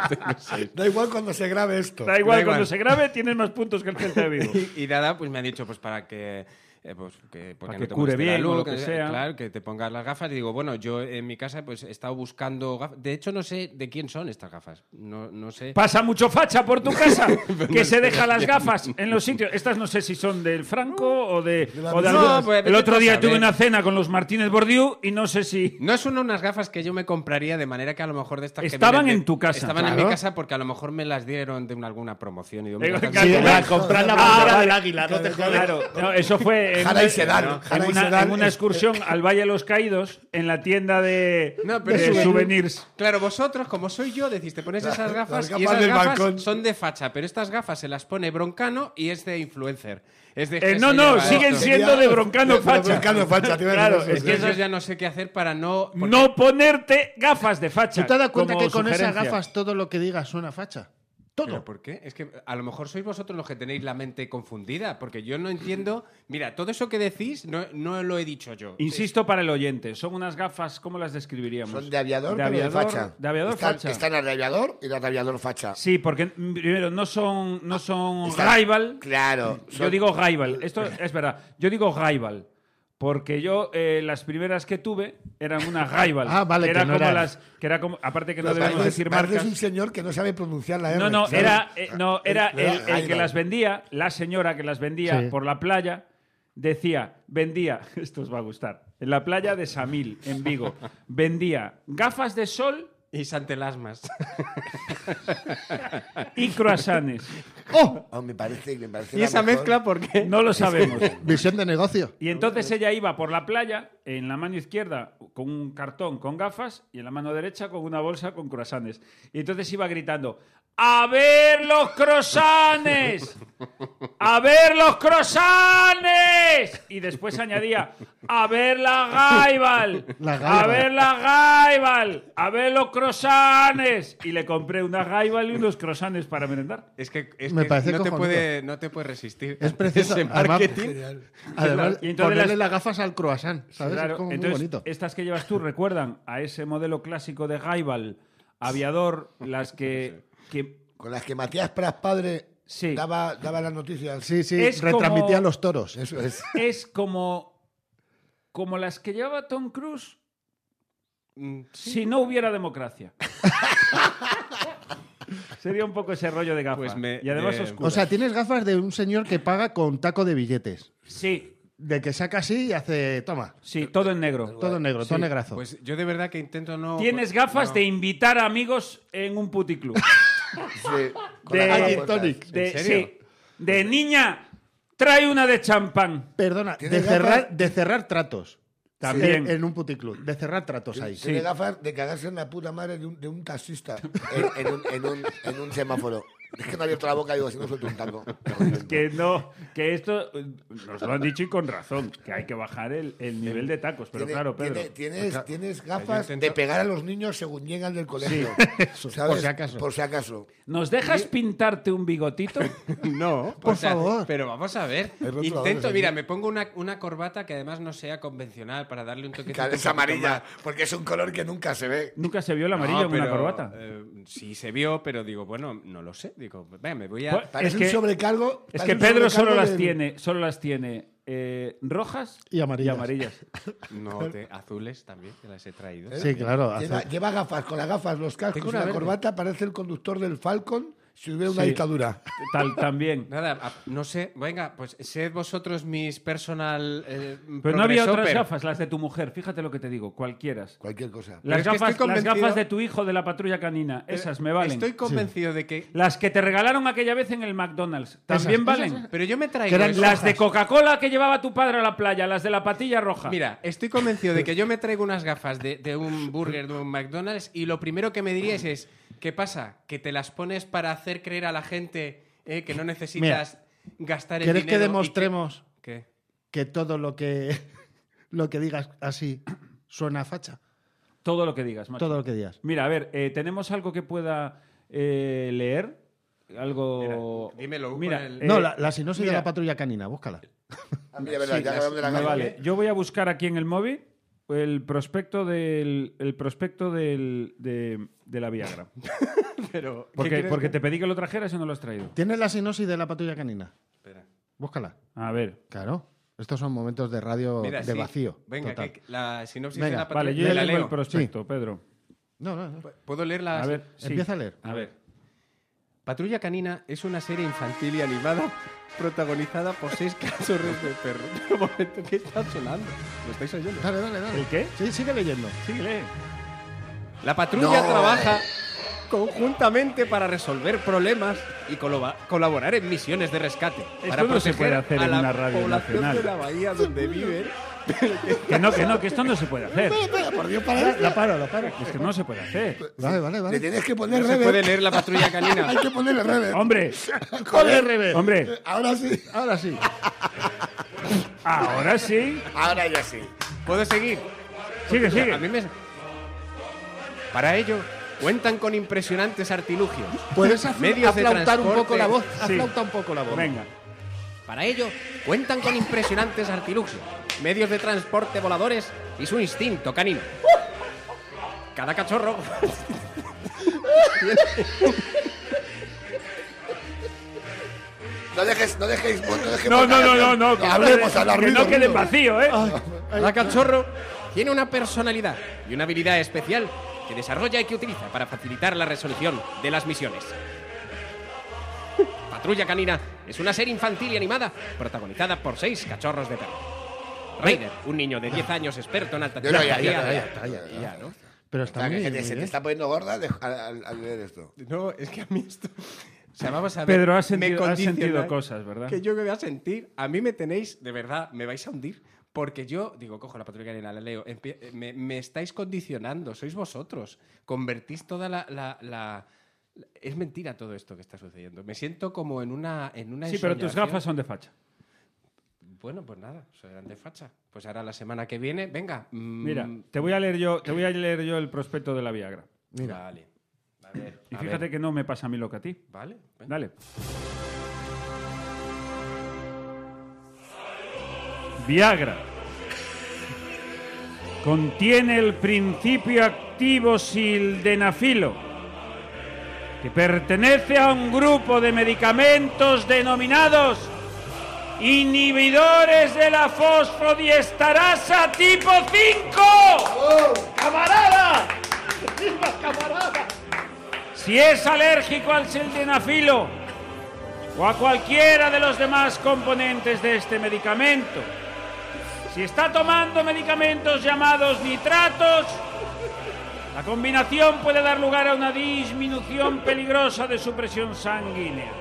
[SPEAKER 5] Da igual cuando se grabe esto.
[SPEAKER 4] Da igual,
[SPEAKER 3] Da
[SPEAKER 4] cuando
[SPEAKER 3] igual.
[SPEAKER 4] se grabe tienes más puntos que el Celta de Vigo.
[SPEAKER 3] y, y nada, pues me han dicho, pues para que. eh, pues, que,
[SPEAKER 4] Para
[SPEAKER 3] porque
[SPEAKER 4] que
[SPEAKER 3] no te
[SPEAKER 4] cure
[SPEAKER 3] moleste la
[SPEAKER 4] bien o
[SPEAKER 3] luz,
[SPEAKER 4] lo que sea.
[SPEAKER 3] Claro, que te pongas las gafas. Y digo, bueno, yo en mi casa pues he estado buscando gafas. De hecho, no sé de quién son estas gafas. No, no sé.
[SPEAKER 4] Pasa mucho facha por tu casa, que se deja las gafas en los sitios. Estas no sé si son del Franco o de,
[SPEAKER 5] la
[SPEAKER 4] o de
[SPEAKER 5] misma.
[SPEAKER 4] algún-
[SPEAKER 3] No, pues,
[SPEAKER 4] El
[SPEAKER 3] vete
[SPEAKER 4] otro
[SPEAKER 3] tú a
[SPEAKER 4] día tuve
[SPEAKER 3] saber.
[SPEAKER 5] ¿eh?
[SPEAKER 4] una cena con los Martínez Bordiú y no sé si...
[SPEAKER 3] No son unas gafas que yo me compraría de manera que a lo mejor de estas que
[SPEAKER 4] Estaban
[SPEAKER 3] vienen de-
[SPEAKER 4] en tu casa.
[SPEAKER 3] Estaban en
[SPEAKER 2] Claro.
[SPEAKER 3] mi casa porque a lo mejor me las dieron de una- alguna promoción. Y digo, mira,
[SPEAKER 4] Digo,
[SPEAKER 3] estas
[SPEAKER 4] claro,
[SPEAKER 3] son-
[SPEAKER 4] la
[SPEAKER 2] comprar la
[SPEAKER 4] bandera
[SPEAKER 2] del águila, no te
[SPEAKER 4] Claro, no, eso fue en
[SPEAKER 5] Jara
[SPEAKER 4] una-
[SPEAKER 5] y Sedán,
[SPEAKER 4] en
[SPEAKER 5] Jara y
[SPEAKER 4] una-
[SPEAKER 5] Sedán
[SPEAKER 4] en una
[SPEAKER 5] es-
[SPEAKER 4] excursión al Valle de los Caídos en la tienda de,
[SPEAKER 3] No, pero
[SPEAKER 4] de
[SPEAKER 3] es-
[SPEAKER 4] souvenirs.
[SPEAKER 3] Claro, vosotros, como soy yo, decís, te pones esas
[SPEAKER 5] Las
[SPEAKER 3] gafas y
[SPEAKER 5] gafas
[SPEAKER 3] esas
[SPEAKER 5] del
[SPEAKER 3] gafas
[SPEAKER 5] balcón.
[SPEAKER 3] son de facha, pero estas gafas se las pone Broncano y es de influencer. Es de
[SPEAKER 4] Eh,
[SPEAKER 3] que
[SPEAKER 4] no,
[SPEAKER 3] se
[SPEAKER 4] no,
[SPEAKER 3] lleva
[SPEAKER 4] siguen
[SPEAKER 3] esto.
[SPEAKER 4] siendo de broncano
[SPEAKER 5] De- de
[SPEAKER 4] facha.
[SPEAKER 5] broncano facha, te iba a decir
[SPEAKER 4] Claro,
[SPEAKER 5] eso,
[SPEAKER 4] es
[SPEAKER 5] sí.
[SPEAKER 3] Que
[SPEAKER 4] que eso
[SPEAKER 3] yo
[SPEAKER 4] es-
[SPEAKER 3] ya no sé qué hacer para no... porque-
[SPEAKER 4] no ponerte gafas de facha.
[SPEAKER 2] ¿Tú te das cuenta
[SPEAKER 4] como
[SPEAKER 2] que con esas
[SPEAKER 4] sugerencia.
[SPEAKER 2] gafas todo lo que digas suena facha?
[SPEAKER 3] ¿Pero
[SPEAKER 2] Todo.
[SPEAKER 3] por qué? Es que a lo mejor sois vosotros los que tenéis la mente confundida, porque yo no entiendo... Mira, todo eso que decís no, no lo he dicho yo.
[SPEAKER 4] Insisto para el oyente, son unas gafas, ¿cómo las describiríamos?
[SPEAKER 5] Son de aviador,
[SPEAKER 4] de
[SPEAKER 5] pero
[SPEAKER 4] aviador,
[SPEAKER 5] de facha.
[SPEAKER 4] de aviador
[SPEAKER 5] están,
[SPEAKER 4] facha.
[SPEAKER 5] Están las de aviador y las de aviador facha.
[SPEAKER 4] Sí, porque mm, primero no son, no son
[SPEAKER 5] Ah, Están-
[SPEAKER 4] rival.
[SPEAKER 5] Claro.
[SPEAKER 4] Yo
[SPEAKER 5] son-
[SPEAKER 4] digo rival. Esto es verdad. Yo digo rival. Porque yo, eh, las primeras que tuve eran una rival.
[SPEAKER 2] Ah, vale,
[SPEAKER 4] que era
[SPEAKER 2] que no
[SPEAKER 4] como
[SPEAKER 2] eran.
[SPEAKER 4] las. Que era como, aparte que no,
[SPEAKER 5] Pareces-
[SPEAKER 4] debemos decir
[SPEAKER 5] pareces
[SPEAKER 4] marcas.
[SPEAKER 5] un señor que no sabe pronunciar la R.
[SPEAKER 4] No, no,
[SPEAKER 5] ¿sabes?
[SPEAKER 4] era, eh, no, era el,
[SPEAKER 5] ¿Verdad?
[SPEAKER 4] el
[SPEAKER 5] Ahí
[SPEAKER 4] que
[SPEAKER 5] va.
[SPEAKER 4] las vendía, la señora que las vendía
[SPEAKER 2] Sí.
[SPEAKER 4] por la playa, decía, vendía, esto os va a gustar, en la playa de Samil, en Vigo, vendía gafas de sol
[SPEAKER 3] Y Santelasmas.
[SPEAKER 4] y croissants.
[SPEAKER 2] ¡Oh!
[SPEAKER 5] Oh, me parece, me parece
[SPEAKER 3] ¿Y
[SPEAKER 5] la
[SPEAKER 3] esa
[SPEAKER 5] mejor.
[SPEAKER 3] mezcla por qué?
[SPEAKER 4] No lo pues, sabemos.
[SPEAKER 2] Visión de negocio.
[SPEAKER 4] Y entonces ella iba por la playa, en la mano izquierda con un cartón con gafas y en la mano derecha con una bolsa con croissants. Y entonces iba gritando, ¡A ver los croissants! ¡A ver los croissants! Y después añadía, ¡A ver la gaibal!
[SPEAKER 2] La
[SPEAKER 4] ¡A
[SPEAKER 2] gaibal.
[SPEAKER 4] ver la gaibal! ¡A ver los croissants! Y le compré una gaibal y unos croissants para merendar.
[SPEAKER 3] Es que, es
[SPEAKER 2] Me
[SPEAKER 3] que
[SPEAKER 2] parece
[SPEAKER 3] no, te
[SPEAKER 2] cojonudo.
[SPEAKER 3] puede, no te puede resistir.
[SPEAKER 2] Es precioso.
[SPEAKER 3] Ese
[SPEAKER 2] Además,
[SPEAKER 3] marketing.
[SPEAKER 2] Además,
[SPEAKER 4] Y entonces
[SPEAKER 2] ponerle
[SPEAKER 4] las-
[SPEAKER 2] las... gafas al croissant, ¿sabes?
[SPEAKER 4] Claro,
[SPEAKER 2] es como
[SPEAKER 4] entonces,
[SPEAKER 2] muy bonito.
[SPEAKER 4] Estas que llevas tú recuerdan a ese modelo clásico de Gaibal, aviador, las que. que
[SPEAKER 5] Con las que Matías Pras padre
[SPEAKER 4] Sí.
[SPEAKER 5] daba, daba las noticias.
[SPEAKER 2] Sí, sí,
[SPEAKER 4] es
[SPEAKER 2] retransmitía
[SPEAKER 4] como-
[SPEAKER 2] los toros.
[SPEAKER 5] Eso es.
[SPEAKER 4] es como. Como las que llevaba Tom Cruise
[SPEAKER 3] Mm,
[SPEAKER 4] si no hubiera democracia. Sería un poco ese rollo de gafas.
[SPEAKER 3] Pues me-
[SPEAKER 4] y además
[SPEAKER 3] eh,
[SPEAKER 4] oscuro.
[SPEAKER 2] O sea, tienes gafas de un señor que paga con taco de billetes.
[SPEAKER 4] sí,
[SPEAKER 2] De que saca así y hace, toma,
[SPEAKER 4] sí, todo en negro.
[SPEAKER 2] todo negro, todo negrazo.
[SPEAKER 3] Pues yo de verdad que intento no.
[SPEAKER 4] Tienes gafas
[SPEAKER 3] no.
[SPEAKER 4] de invitar a amigos en un puticlub.
[SPEAKER 5] Sí, con
[SPEAKER 4] De-
[SPEAKER 5] las gafas
[SPEAKER 4] Gin
[SPEAKER 5] puestas.
[SPEAKER 2] tonic.
[SPEAKER 4] De,
[SPEAKER 3] ¿En serio? Pues, eh.
[SPEAKER 4] sí. de niña, trae una de champán.
[SPEAKER 2] Perdona, de
[SPEAKER 5] ¿Tienes
[SPEAKER 2] cerrar,
[SPEAKER 5] gafas?
[SPEAKER 2] de cerrar tratos.
[SPEAKER 4] También.
[SPEAKER 2] En, en un puticlub, de cerrar tratos ahí.
[SPEAKER 5] Tiene gafas de cagarse en la puta madre de un, de un taxista en, en un, en un- en un semáforo. Es que no ha abierto la boca y digo, si no suelto un tango.
[SPEAKER 4] Que no, que esto eh, nos lo han dicho y con razón, que hay que bajar el, el nivel de tacos. Pero
[SPEAKER 5] Tiene-
[SPEAKER 4] claro, Pedro.
[SPEAKER 5] tiene- tienes, tienes gafas
[SPEAKER 3] intento-
[SPEAKER 5] de pegar a los niños según llegan del colegio. ¿sabes?
[SPEAKER 2] por si acaso.
[SPEAKER 5] Por si acaso.
[SPEAKER 4] ¿Nos dejas pintarte un bigotito?
[SPEAKER 3] No,
[SPEAKER 2] Por
[SPEAKER 3] o sea,
[SPEAKER 2] favor.
[SPEAKER 3] Pero vamos a ver.
[SPEAKER 5] Hay rotuladores
[SPEAKER 3] Intento,
[SPEAKER 5] aquí.
[SPEAKER 3] mira, me pongo una, una corbata que además no sea convencional para darle un toque.
[SPEAKER 5] Claro, es amarilla, porque es un color que nunca se ve.
[SPEAKER 4] Nunca se vio el amarillo en una corbata.
[SPEAKER 3] eh, sí se vio, pero digo, bueno, no lo sé. Digo, venga, me voy a.
[SPEAKER 4] Pues-
[SPEAKER 5] Parece
[SPEAKER 4] Es
[SPEAKER 5] un
[SPEAKER 4] que-
[SPEAKER 5] sobrecargo.
[SPEAKER 4] es
[SPEAKER 5] parece
[SPEAKER 4] que
[SPEAKER 5] un
[SPEAKER 4] Pedro solo
[SPEAKER 5] sobrecargo
[SPEAKER 4] las
[SPEAKER 5] del-
[SPEAKER 4] tiene, solo las tiene eh, rojas
[SPEAKER 2] Y amarillas.
[SPEAKER 3] No, te- azules también, que las he traído.
[SPEAKER 2] Sí, claro. hace-
[SPEAKER 5] ¿Eh? Lleva, lleva gafas, con las gafas, los cascos
[SPEAKER 4] Tengo
[SPEAKER 5] y
[SPEAKER 4] una
[SPEAKER 5] la
[SPEAKER 4] verde.
[SPEAKER 5] corbata, parece el conductor del Falcon si hubiera una
[SPEAKER 4] Sí.
[SPEAKER 5] dictadura.
[SPEAKER 4] Tal también.
[SPEAKER 3] Nada, a- no sé. Venga, pues sed vosotros mis personal. eh,
[SPEAKER 4] Pero no había otras
[SPEAKER 3] progresopper.
[SPEAKER 4] gafas, las de tu mujer, fíjate lo que te digo, cualquieras.
[SPEAKER 5] Cualquier cosa.
[SPEAKER 4] Las
[SPEAKER 3] es que
[SPEAKER 4] gafas,
[SPEAKER 3] estoy
[SPEAKER 4] las
[SPEAKER 3] convencido-
[SPEAKER 4] gafas de tu hijo de la patrulla canina, esas me valen.
[SPEAKER 3] Estoy convencido de que.
[SPEAKER 4] Las que te regalaron aquella vez en el McDonald's, también
[SPEAKER 2] Esas,
[SPEAKER 4] valen.
[SPEAKER 3] Pero yo me traigo.
[SPEAKER 2] Que eran
[SPEAKER 3] esas-
[SPEAKER 4] Las de Coca-Cola que llevaba tu padre a la playa, las de la patilla roja.
[SPEAKER 3] Mira, estoy convencido de que yo me traigo unas gafas de, de un burger de un McDonald's y lo primero que me diríais es, ¿qué pasa? ¿Que te las pones para hacer creer a la gente eh, que no necesitas gastar el
[SPEAKER 2] ¿Quieres que
[SPEAKER 3] dinero? y
[SPEAKER 2] demostremos
[SPEAKER 3] ¿Qué?
[SPEAKER 2] que todo lo que, lo que digas así suena a facha?
[SPEAKER 4] todo lo que digas, macho.
[SPEAKER 2] Todo lo que digas.
[SPEAKER 4] Mira, a ver, eh, ¿tenemos algo que pueda eh, leer? Algo.
[SPEAKER 3] Mira, dímelo,
[SPEAKER 4] Mira,
[SPEAKER 3] con el-
[SPEAKER 4] eh,
[SPEAKER 2] no, la, la sinosis
[SPEAKER 4] mira,
[SPEAKER 2] de la patrulla canina, búscala.
[SPEAKER 5] Ah, mira, verdad,
[SPEAKER 4] sí,
[SPEAKER 5] ya
[SPEAKER 4] las-
[SPEAKER 5] acabamos de la
[SPEAKER 4] me
[SPEAKER 5] gafa.
[SPEAKER 4] vale. Yo voy a buscar aquí en el móvil el prospecto del. El prospecto del, de, de la Viagra.
[SPEAKER 3] Pero, ¿qué
[SPEAKER 4] Porque,
[SPEAKER 3] crees
[SPEAKER 4] porque
[SPEAKER 3] que-
[SPEAKER 4] te pedí que lo trajeras y no lo has traído.
[SPEAKER 2] ¿Tienes la sinosis de la patrulla canina? Búscala.
[SPEAKER 4] A ver.
[SPEAKER 2] Claro. Estos son momentos de
[SPEAKER 4] Oh,
[SPEAKER 2] radio
[SPEAKER 3] Mira,
[SPEAKER 2] de
[SPEAKER 3] sí.
[SPEAKER 2] vacío.
[SPEAKER 3] Venga,
[SPEAKER 2] total.
[SPEAKER 3] que- la sinopsis
[SPEAKER 2] Venga,
[SPEAKER 3] de la patrulla-
[SPEAKER 4] Vale, yo
[SPEAKER 3] ¿Me
[SPEAKER 4] ya
[SPEAKER 3] la
[SPEAKER 4] leo el
[SPEAKER 3] leo.
[SPEAKER 4] prospecto, Pedro.
[SPEAKER 2] No, no, no.
[SPEAKER 3] ¿Puedo leerla?
[SPEAKER 4] A ver. sí.
[SPEAKER 2] Empieza a leer.
[SPEAKER 4] A ver.
[SPEAKER 3] Patrulla Canina es una serie infantil y animada protagonizada por seis cachorros de perro. Pero un momento, ¿qué está sonando? ¿Lo estáis oyendo?
[SPEAKER 2] Dale, dale, dale.
[SPEAKER 4] ¿El qué?
[SPEAKER 2] Sí, sigue leyendo.
[SPEAKER 4] Sí, lee.
[SPEAKER 3] La patrulla trabaja. conjuntamente para resolver problemas y colo- colaborar en misiones de rescate.
[SPEAKER 4] Esto
[SPEAKER 3] para
[SPEAKER 4] no se
[SPEAKER 3] proteger
[SPEAKER 4] puede hacer
[SPEAKER 3] a
[SPEAKER 4] en
[SPEAKER 3] la
[SPEAKER 4] una radio
[SPEAKER 3] población
[SPEAKER 4] nacional.
[SPEAKER 3] de la bahía donde viven.
[SPEAKER 4] Que no, que no, que esto no se puede hacer.
[SPEAKER 2] La, la paro, la paro.
[SPEAKER 4] Es que no se puede hacer.
[SPEAKER 2] Vale, vale,
[SPEAKER 5] Le
[SPEAKER 2] vale.
[SPEAKER 5] tienes que poner
[SPEAKER 3] Se
[SPEAKER 5] rever.
[SPEAKER 3] puede leer la patrulla canina.
[SPEAKER 5] Hay que ponerle rever.
[SPEAKER 4] Hombre,
[SPEAKER 5] Joder,
[SPEAKER 4] hombre,
[SPEAKER 5] Ahora sí.
[SPEAKER 2] Ahora sí.
[SPEAKER 4] ahora sí.
[SPEAKER 5] Ahora ya sí.
[SPEAKER 3] ¿Puedo seguir?
[SPEAKER 4] Sigue,
[SPEAKER 3] A mí
[SPEAKER 4] sigue.
[SPEAKER 3] me- Para ello, cuentan con impresionantes artilugios.
[SPEAKER 2] Puedes af-
[SPEAKER 3] Medios de
[SPEAKER 2] aflautar un poco
[SPEAKER 3] transporte.
[SPEAKER 2] la voz.
[SPEAKER 4] Sí.
[SPEAKER 2] Aflauta un poco la voz.
[SPEAKER 4] Venga.
[SPEAKER 3] Para ello, cuentan con impresionantes artilugios, medios de transporte voladores y su instinto canino.
[SPEAKER 2] ¡Uh!
[SPEAKER 3] Cada cachorro.
[SPEAKER 5] No dejes, no dejéis. No, dejemos
[SPEAKER 4] No, no, no, no, no.
[SPEAKER 5] no. Hablemos,
[SPEAKER 4] que,
[SPEAKER 5] hablar
[SPEAKER 4] que
[SPEAKER 5] ruido,
[SPEAKER 4] no quede
[SPEAKER 5] ruido.
[SPEAKER 4] vacío, ¿eh?
[SPEAKER 3] Cada cachorro tiene una personalidad y una habilidad especial que desarrolla y que utiliza para facilitar la resolución de las misiones. Patrulla Canina es una serie infantil y animada protagonizada por seis cachorros de perro. Raider, un niño de 10 años experto en alta
[SPEAKER 5] No, no, ya, ya,
[SPEAKER 3] tecnología.
[SPEAKER 5] ya, ya, ya, ya,
[SPEAKER 3] Ya, ¿no?
[SPEAKER 2] Pero
[SPEAKER 5] O sea,
[SPEAKER 2] está
[SPEAKER 5] que
[SPEAKER 2] muy bien. ¿eh?
[SPEAKER 5] gente se
[SPEAKER 2] muy
[SPEAKER 5] te
[SPEAKER 2] bien.
[SPEAKER 5] está poniendo gorda de- al, al leer esto.
[SPEAKER 3] No, es que a mí esto. O sea, vamos a ver.
[SPEAKER 4] Pedro, has
[SPEAKER 3] me
[SPEAKER 4] sentido, has
[SPEAKER 3] condiciona,
[SPEAKER 4] sentido
[SPEAKER 3] ¿eh?
[SPEAKER 4] cosas, ¿verdad?
[SPEAKER 3] Que yo me voy a sentir. A mí me tenéis, de verdad, me vais a hundir. Porque yo, digo, cojo la patrulla canina, la leo. empie- eh, Me, me estáis condicionando, sois vosotros. Convertís toda la. la- la- la- es mentira todo esto que está sucediendo. Me siento como en una. En una
[SPEAKER 4] Sí, pero tus
[SPEAKER 3] ensoñación.
[SPEAKER 4] gafas son de facha.
[SPEAKER 3] Bueno, pues nada, serán de facha. Pues ahora la semana que viene, venga. mm,
[SPEAKER 4] Mira, te voy a leer yo, te voy a leer yo el prospecto de la Viagra.
[SPEAKER 3] Vale. A ver.
[SPEAKER 4] Y
[SPEAKER 3] a
[SPEAKER 4] fíjate
[SPEAKER 3] ver,
[SPEAKER 4] que no me pasa a mí lo que a ti.
[SPEAKER 3] Vale. venga.
[SPEAKER 4] Dale. Viagra. Contiene el principio activo sildenafilo, que pertenece a un grupo de medicamentos denominados inhibidores de la fosfodiesterasa tipo 5. ¡Camarada! ¡Viva, camarada! Si es alérgico al sildenafilo o a cualquiera de los demás componentes de este medicamento, si está tomando medicamentos llamados nitratos, la combinación puede dar lugar a una disminución peligrosa de su presión sanguínea.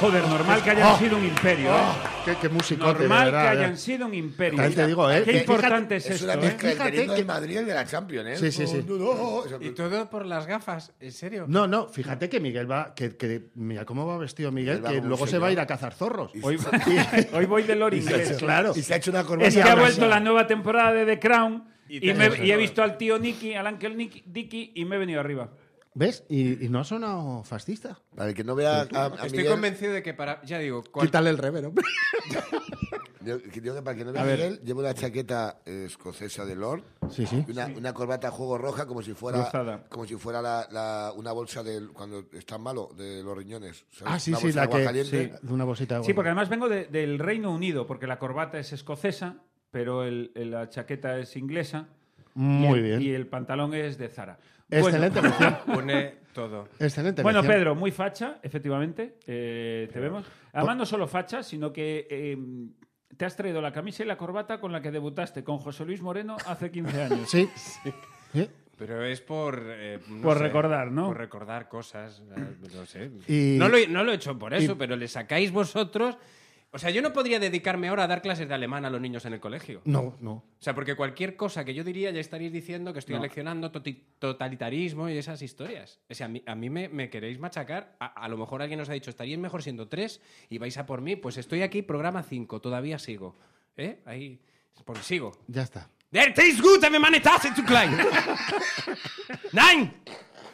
[SPEAKER 4] Joder, normal que hayan
[SPEAKER 2] Oh.
[SPEAKER 4] sido un imperio, ¿eh?
[SPEAKER 2] Qué, qué musicote, de
[SPEAKER 4] Normal que
[SPEAKER 2] verdad,
[SPEAKER 4] hayan
[SPEAKER 2] ya.
[SPEAKER 4] sido un imperio.
[SPEAKER 2] También te digo, ¿eh?
[SPEAKER 4] Qué
[SPEAKER 2] Que-
[SPEAKER 4] importante es,
[SPEAKER 5] Es una
[SPEAKER 4] esto, ¿eh?
[SPEAKER 5] mezcla
[SPEAKER 2] Fíjate
[SPEAKER 5] del himno
[SPEAKER 2] que-
[SPEAKER 5] de Madrid y el de la Champions, ¿eh?
[SPEAKER 2] Sí, sí, sí.
[SPEAKER 5] No, no, no. O sea,
[SPEAKER 3] Y todo por las gafas, ¿en serio?
[SPEAKER 2] No, no, fíjate que Miguel va. Que, que- mira cómo va vestido Miguel,
[SPEAKER 5] Miguel va
[SPEAKER 2] que
[SPEAKER 5] como un
[SPEAKER 2] luego se
[SPEAKER 5] señor.
[SPEAKER 2] va a ir a cazar zorros.
[SPEAKER 4] Hoy, hoy voy de lore inglés.
[SPEAKER 2] Claro.
[SPEAKER 5] Y se ha hecho una corbata.
[SPEAKER 4] Es que ha
[SPEAKER 2] ahora
[SPEAKER 4] vuelto
[SPEAKER 2] sí.
[SPEAKER 4] la nueva temporada de The Crown y,
[SPEAKER 3] Y
[SPEAKER 4] me-
[SPEAKER 3] te-
[SPEAKER 4] y he visto al tío Nicky, al Uncle Nicky, Dicky y me he venido arriba.
[SPEAKER 2] Ah, ¿Ves? Y, y no ha sonado fascista.
[SPEAKER 5] Para el que no vea a, a
[SPEAKER 3] Estoy
[SPEAKER 5] Miguel,
[SPEAKER 3] convencido de que para. Ya digo, cual-
[SPEAKER 2] Quítale el rever, hombre.
[SPEAKER 5] yo- que digo que para el que no vea a
[SPEAKER 4] ver.
[SPEAKER 5] Miguel, lleva una chaqueta eh, escocesa de Lord,
[SPEAKER 2] Sí, sí.
[SPEAKER 5] y una, una corbata juego roja como si fuera
[SPEAKER 4] Rosada.
[SPEAKER 5] como si fuera la, la- una bolsa del cuando estás malo de los riñones. ¿sabes?
[SPEAKER 2] Ah, sí,
[SPEAKER 5] Una
[SPEAKER 2] sí,
[SPEAKER 5] bolsa
[SPEAKER 2] la
[SPEAKER 5] de agua
[SPEAKER 2] que.
[SPEAKER 5] caliente.
[SPEAKER 2] Sí, de una bolsita de agua.
[SPEAKER 4] Sí, porque además vengo de- del Reino Unido, porque la corbata es escocesa, pero el- el- la chaqueta es inglesa.
[SPEAKER 2] Muy
[SPEAKER 4] y el,
[SPEAKER 2] bien.
[SPEAKER 4] Y el pantalón es de Zara. Bueno,
[SPEAKER 2] Excelente elección.
[SPEAKER 3] une todo.
[SPEAKER 2] Excelente
[SPEAKER 4] Bueno,
[SPEAKER 2] elección.
[SPEAKER 4] Pedro, muy facha, efectivamente. eh, te vemos. Además, no solo facha, sino que eh, te has traído la camisa y la corbata con la que debutaste con José Luis Moreno hace 15 años.
[SPEAKER 2] Sí. Sí.
[SPEAKER 3] Pero es por. eh, no
[SPEAKER 4] Por
[SPEAKER 3] sé,
[SPEAKER 4] recordar, ¿no?
[SPEAKER 3] Por recordar cosas. eh, No sé.
[SPEAKER 2] Y-
[SPEAKER 3] No, lo, he- no lo he hecho por eso, pero le sacáis vosotros. O sea, yo no podría dedicarme ahora a dar clases de alemán a los niños en el colegio.
[SPEAKER 2] No, no.
[SPEAKER 3] O sea, porque cualquier cosa que yo diría ya estaréis diciendo que estoy eleccionando toti- totalitarismo y esas historias. O sea, a mí, a mí me, me queréis machacar. A, a lo mejor alguien os ha dicho, estaríais mejor siendo tres y vais a por mí. Pues estoy aquí, programa 5, todavía sigo. ¿Eh? Ahí, pues sigo.
[SPEAKER 2] Ya está.
[SPEAKER 3] Der Tisch gut, aber meine Tasse zu klein. Nein,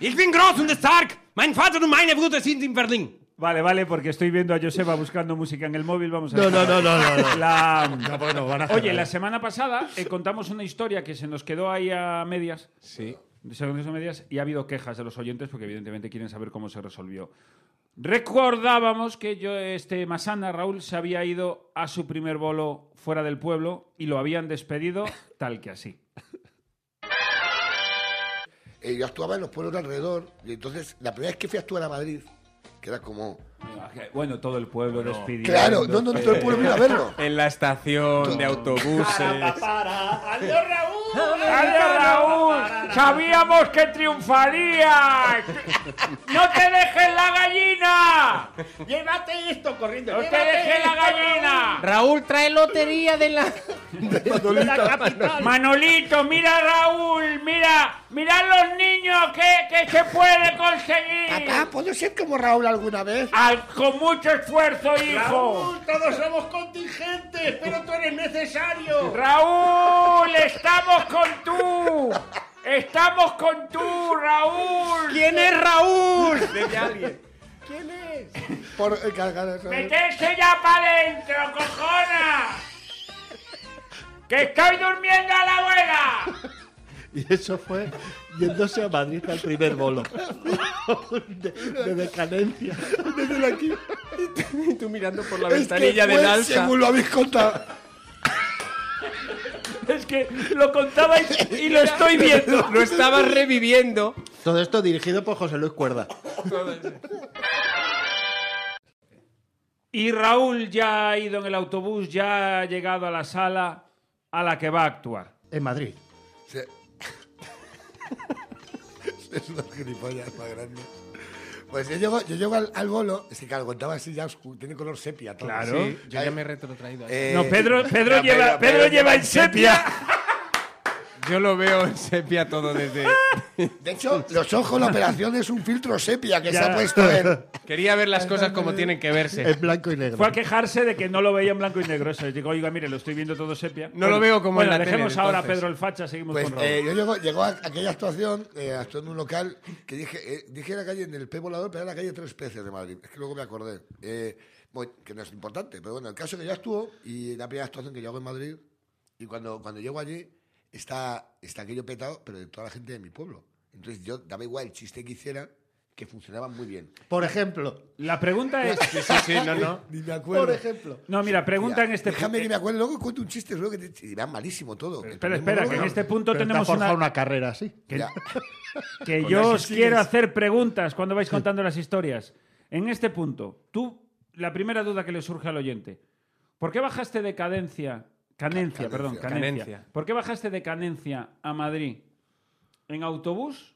[SPEAKER 3] ich bin groß und stark. Mein Vater und meine Brüder sind in Berlin.
[SPEAKER 4] Vale, vale, porque estoy viendo a Joseba buscando música en el móvil. Vamos a
[SPEAKER 2] No,
[SPEAKER 4] ver.
[SPEAKER 2] no, no, no, no, no.
[SPEAKER 4] La-
[SPEAKER 2] bueno, van a
[SPEAKER 4] Oye,
[SPEAKER 2] cerrar.
[SPEAKER 4] la semana pasada eh, contamos una historia que se nos quedó ahí a medias.
[SPEAKER 3] Sí.
[SPEAKER 4] se nos quedó a medias y ha habido quejas de los oyentes porque evidentemente quieren saber cómo se resolvió. Recordábamos que yo, este Masana, Raúl, se había ido a su primer bolo fuera del pueblo y lo habían despedido tal que así.
[SPEAKER 5] Eh, yo actuaba en los pueblos de alrededor. Y entonces, la primera vez que fui a actuar a Madrid, que era como
[SPEAKER 4] Bueno, todo el pueblo despidiendo.
[SPEAKER 5] Claro, no, no, todo el pueblo vino a verlo.
[SPEAKER 3] En la estación de autobuses.
[SPEAKER 2] ¡Adiós, Raúl!
[SPEAKER 4] ¡Adiós, Raúl! ¡Sabíamos que triunfarías! ¡No te dejes la gallina!
[SPEAKER 2] ¡Llévate esto corriendo!
[SPEAKER 4] ¡No te dejes la gallina!
[SPEAKER 3] Raúl trae lotería de la.
[SPEAKER 2] ¡De la capital!
[SPEAKER 4] Manolito, mira Raúl, mira, mira los niños que, que se puede conseguir.
[SPEAKER 5] Papá, ¿puedo ser como Raúl alguna vez?
[SPEAKER 4] Al- con mucho esfuerzo, hijo.
[SPEAKER 2] ¡Todos somos contingentes! ¡Pero tú eres necesario!
[SPEAKER 4] Raúl, estamos con tú. Estamos con tú, Raúl.
[SPEAKER 3] ¿Quién es Raúl?
[SPEAKER 5] Por, eh, claro, claro, eso es.
[SPEAKER 4] Meterse ya para adentro, cojona. Que estoy durmiendo a la abuela.
[SPEAKER 2] Y eso fue yéndose a Madrid al primer bolo. De, de decadencia.
[SPEAKER 5] Desde aquí.
[SPEAKER 3] Y tú mirando por la
[SPEAKER 5] Es que
[SPEAKER 3] ventanilla
[SPEAKER 5] fue
[SPEAKER 3] del alza.
[SPEAKER 5] Según lo habéis contado.
[SPEAKER 4] Es que lo contabais y lo estoy viendo.
[SPEAKER 3] Lo estabas reviviendo.
[SPEAKER 2] Todo esto dirigido por José Luis Cuerda.
[SPEAKER 4] Y Raúl ya ha ido en el autobús, ya ha llegado a la sala a la que va a actuar.
[SPEAKER 2] En Madrid.
[SPEAKER 5] Sí. es una gilipollas más grande. Pues yo llego, yo llego al, al bolo, es que claro, contaba así ya oscuro, tiene color sepia todo.
[SPEAKER 4] Claro.
[SPEAKER 3] Sí, yo ya me he retrotraído. ahí.
[SPEAKER 5] Eh,
[SPEAKER 4] No, Pedro, Pedro
[SPEAKER 5] ya,
[SPEAKER 4] lleva, Pedro, lleva en sepia.
[SPEAKER 3] Yo lo veo en sepia todo desde.
[SPEAKER 5] De hecho, los ojos, la operación es un filtro sepia que
[SPEAKER 2] Ya.
[SPEAKER 5] se ha puesto en.
[SPEAKER 3] Quería ver las cosas como tienen que verse.
[SPEAKER 2] En blanco y negro.
[SPEAKER 4] Fue a quejarse de que no lo veía en blanco y negro. Se digo, oiga, mire, lo estoy viendo todo sepia.
[SPEAKER 3] No lo veo como en
[SPEAKER 4] bueno,
[SPEAKER 3] la tele,
[SPEAKER 4] dejemos ahora a
[SPEAKER 3] entonces.
[SPEAKER 4] Pedro el facha, seguimos
[SPEAKER 5] Pues
[SPEAKER 4] con Raúl.
[SPEAKER 5] eh, yo llego, llegó a aquella actuación, eh, actuó en un local que dije, eh, dije la calle en el P volador, pero era la calle Tres Peces de Madrid. Es que luego me acordé. Eh, bueno, que no es importante, pero bueno, el caso que yo actuó y la primera actuación que yo hago en Madrid, y cuando, cuando llego allí, está, está aquello petado, pero de toda la gente de mi pueblo. Entonces yo daba igual el chiste que hiciera, que funcionaba muy bien.
[SPEAKER 2] Por ejemplo.
[SPEAKER 4] La pregunta es.
[SPEAKER 3] no, no.
[SPEAKER 5] Ni me acuerdo.
[SPEAKER 2] Por ejemplo.
[SPEAKER 4] No, mira, pregunta
[SPEAKER 5] Mira,
[SPEAKER 4] en este
[SPEAKER 5] Déjame que me
[SPEAKER 4] punto.
[SPEAKER 5] acuerdo, luego cuento un chiste, luego que te, y va malísimo todo.
[SPEAKER 4] Espera, espera, que en este punto
[SPEAKER 2] Pero te has
[SPEAKER 4] tenemos
[SPEAKER 2] forjado
[SPEAKER 4] una.
[SPEAKER 2] una carrera así.
[SPEAKER 4] que-
[SPEAKER 5] Ya.
[SPEAKER 4] que
[SPEAKER 5] Con
[SPEAKER 4] yo
[SPEAKER 5] las
[SPEAKER 4] os
[SPEAKER 5] sigues.
[SPEAKER 4] quiero hacer preguntas cuando vais contando las historias. En este punto, tú, la primera duda que le surge al oyente, ¿por qué bajaste de cadencia, cadencia,
[SPEAKER 5] Ca- cadencia.
[SPEAKER 4] perdón, cadencia,
[SPEAKER 3] Cadencia.
[SPEAKER 4] ¿Por qué bajaste de cadencia a Madrid en autobús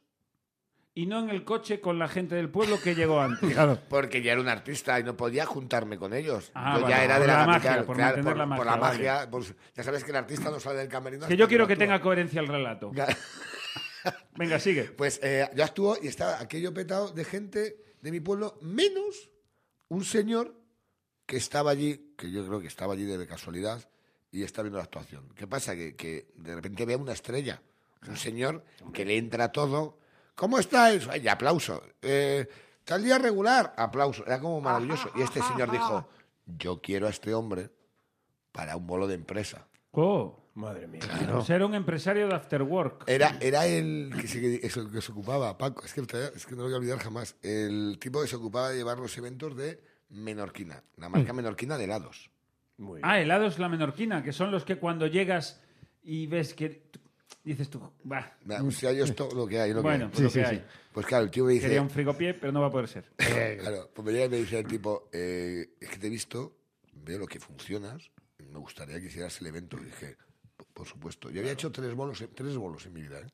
[SPEAKER 4] y no en el coche con la gente del pueblo que llegó antes?
[SPEAKER 2] Claro.
[SPEAKER 5] Porque ya era un artista y no podía juntarme con ellos.
[SPEAKER 4] Ah,
[SPEAKER 5] yo
[SPEAKER 4] vale,
[SPEAKER 5] ya era
[SPEAKER 4] por
[SPEAKER 5] de la,
[SPEAKER 4] la
[SPEAKER 5] capital,
[SPEAKER 4] magia, por
[SPEAKER 5] claro,
[SPEAKER 4] mantener
[SPEAKER 5] por,
[SPEAKER 4] la
[SPEAKER 5] por
[SPEAKER 4] magia,
[SPEAKER 5] magia, pues, ya sabes que el artista no sale del camerino.
[SPEAKER 4] que
[SPEAKER 5] hasta
[SPEAKER 4] yo quiero que
[SPEAKER 5] no
[SPEAKER 4] tenga
[SPEAKER 5] actúa.
[SPEAKER 4] coherencia el relato. Venga, sigue.
[SPEAKER 5] Pues eh, yo actúo y estaba aquello petado de gente de mi pueblo, menos un señor que estaba allí, que yo creo que estaba allí de casualidad, y está viendo la actuación. ¿Qué pasa? Que, que de repente ve a una estrella, un señor que le entra todo. ¿Cómo estáis? Y aplauso. Eh, Tal día regular, aplauso. Era como maravilloso. Y este señor dijo, yo quiero a este hombre para un bolo de empresa.
[SPEAKER 4] Oh,
[SPEAKER 3] Madre mía.
[SPEAKER 4] pues era un empresario de after work.
[SPEAKER 5] Era, era el que se, eso, que se ocupaba, Paco, es que, te- es que no lo voy a olvidar jamás, el tipo que se ocupaba de llevar los eventos de Menorquina, la
[SPEAKER 4] Mm.
[SPEAKER 5] marca Menorquina de helados.
[SPEAKER 3] Muy bien.
[SPEAKER 4] Ah, helados la menorquina, que son los que cuando llegas y ves que dices tú, va.
[SPEAKER 5] Me anuncia yo esto, lo que hay, lo
[SPEAKER 4] Mm. Bueno,
[SPEAKER 5] que
[SPEAKER 4] pues
[SPEAKER 5] hay.
[SPEAKER 4] lo que hay.
[SPEAKER 5] Pues claro, el tío me dice,
[SPEAKER 4] Quería un frigopié, pero no va a poder ser.
[SPEAKER 2] Eh,
[SPEAKER 5] claro, pues me llega y me dice el tipo, eh, es que te he visto, veo lo que funcionas, me gustaría que hicieras el evento. Y dije, "P- por supuesto, yo había hecho tres bolos, tres bolos en mi vida, ¿eh?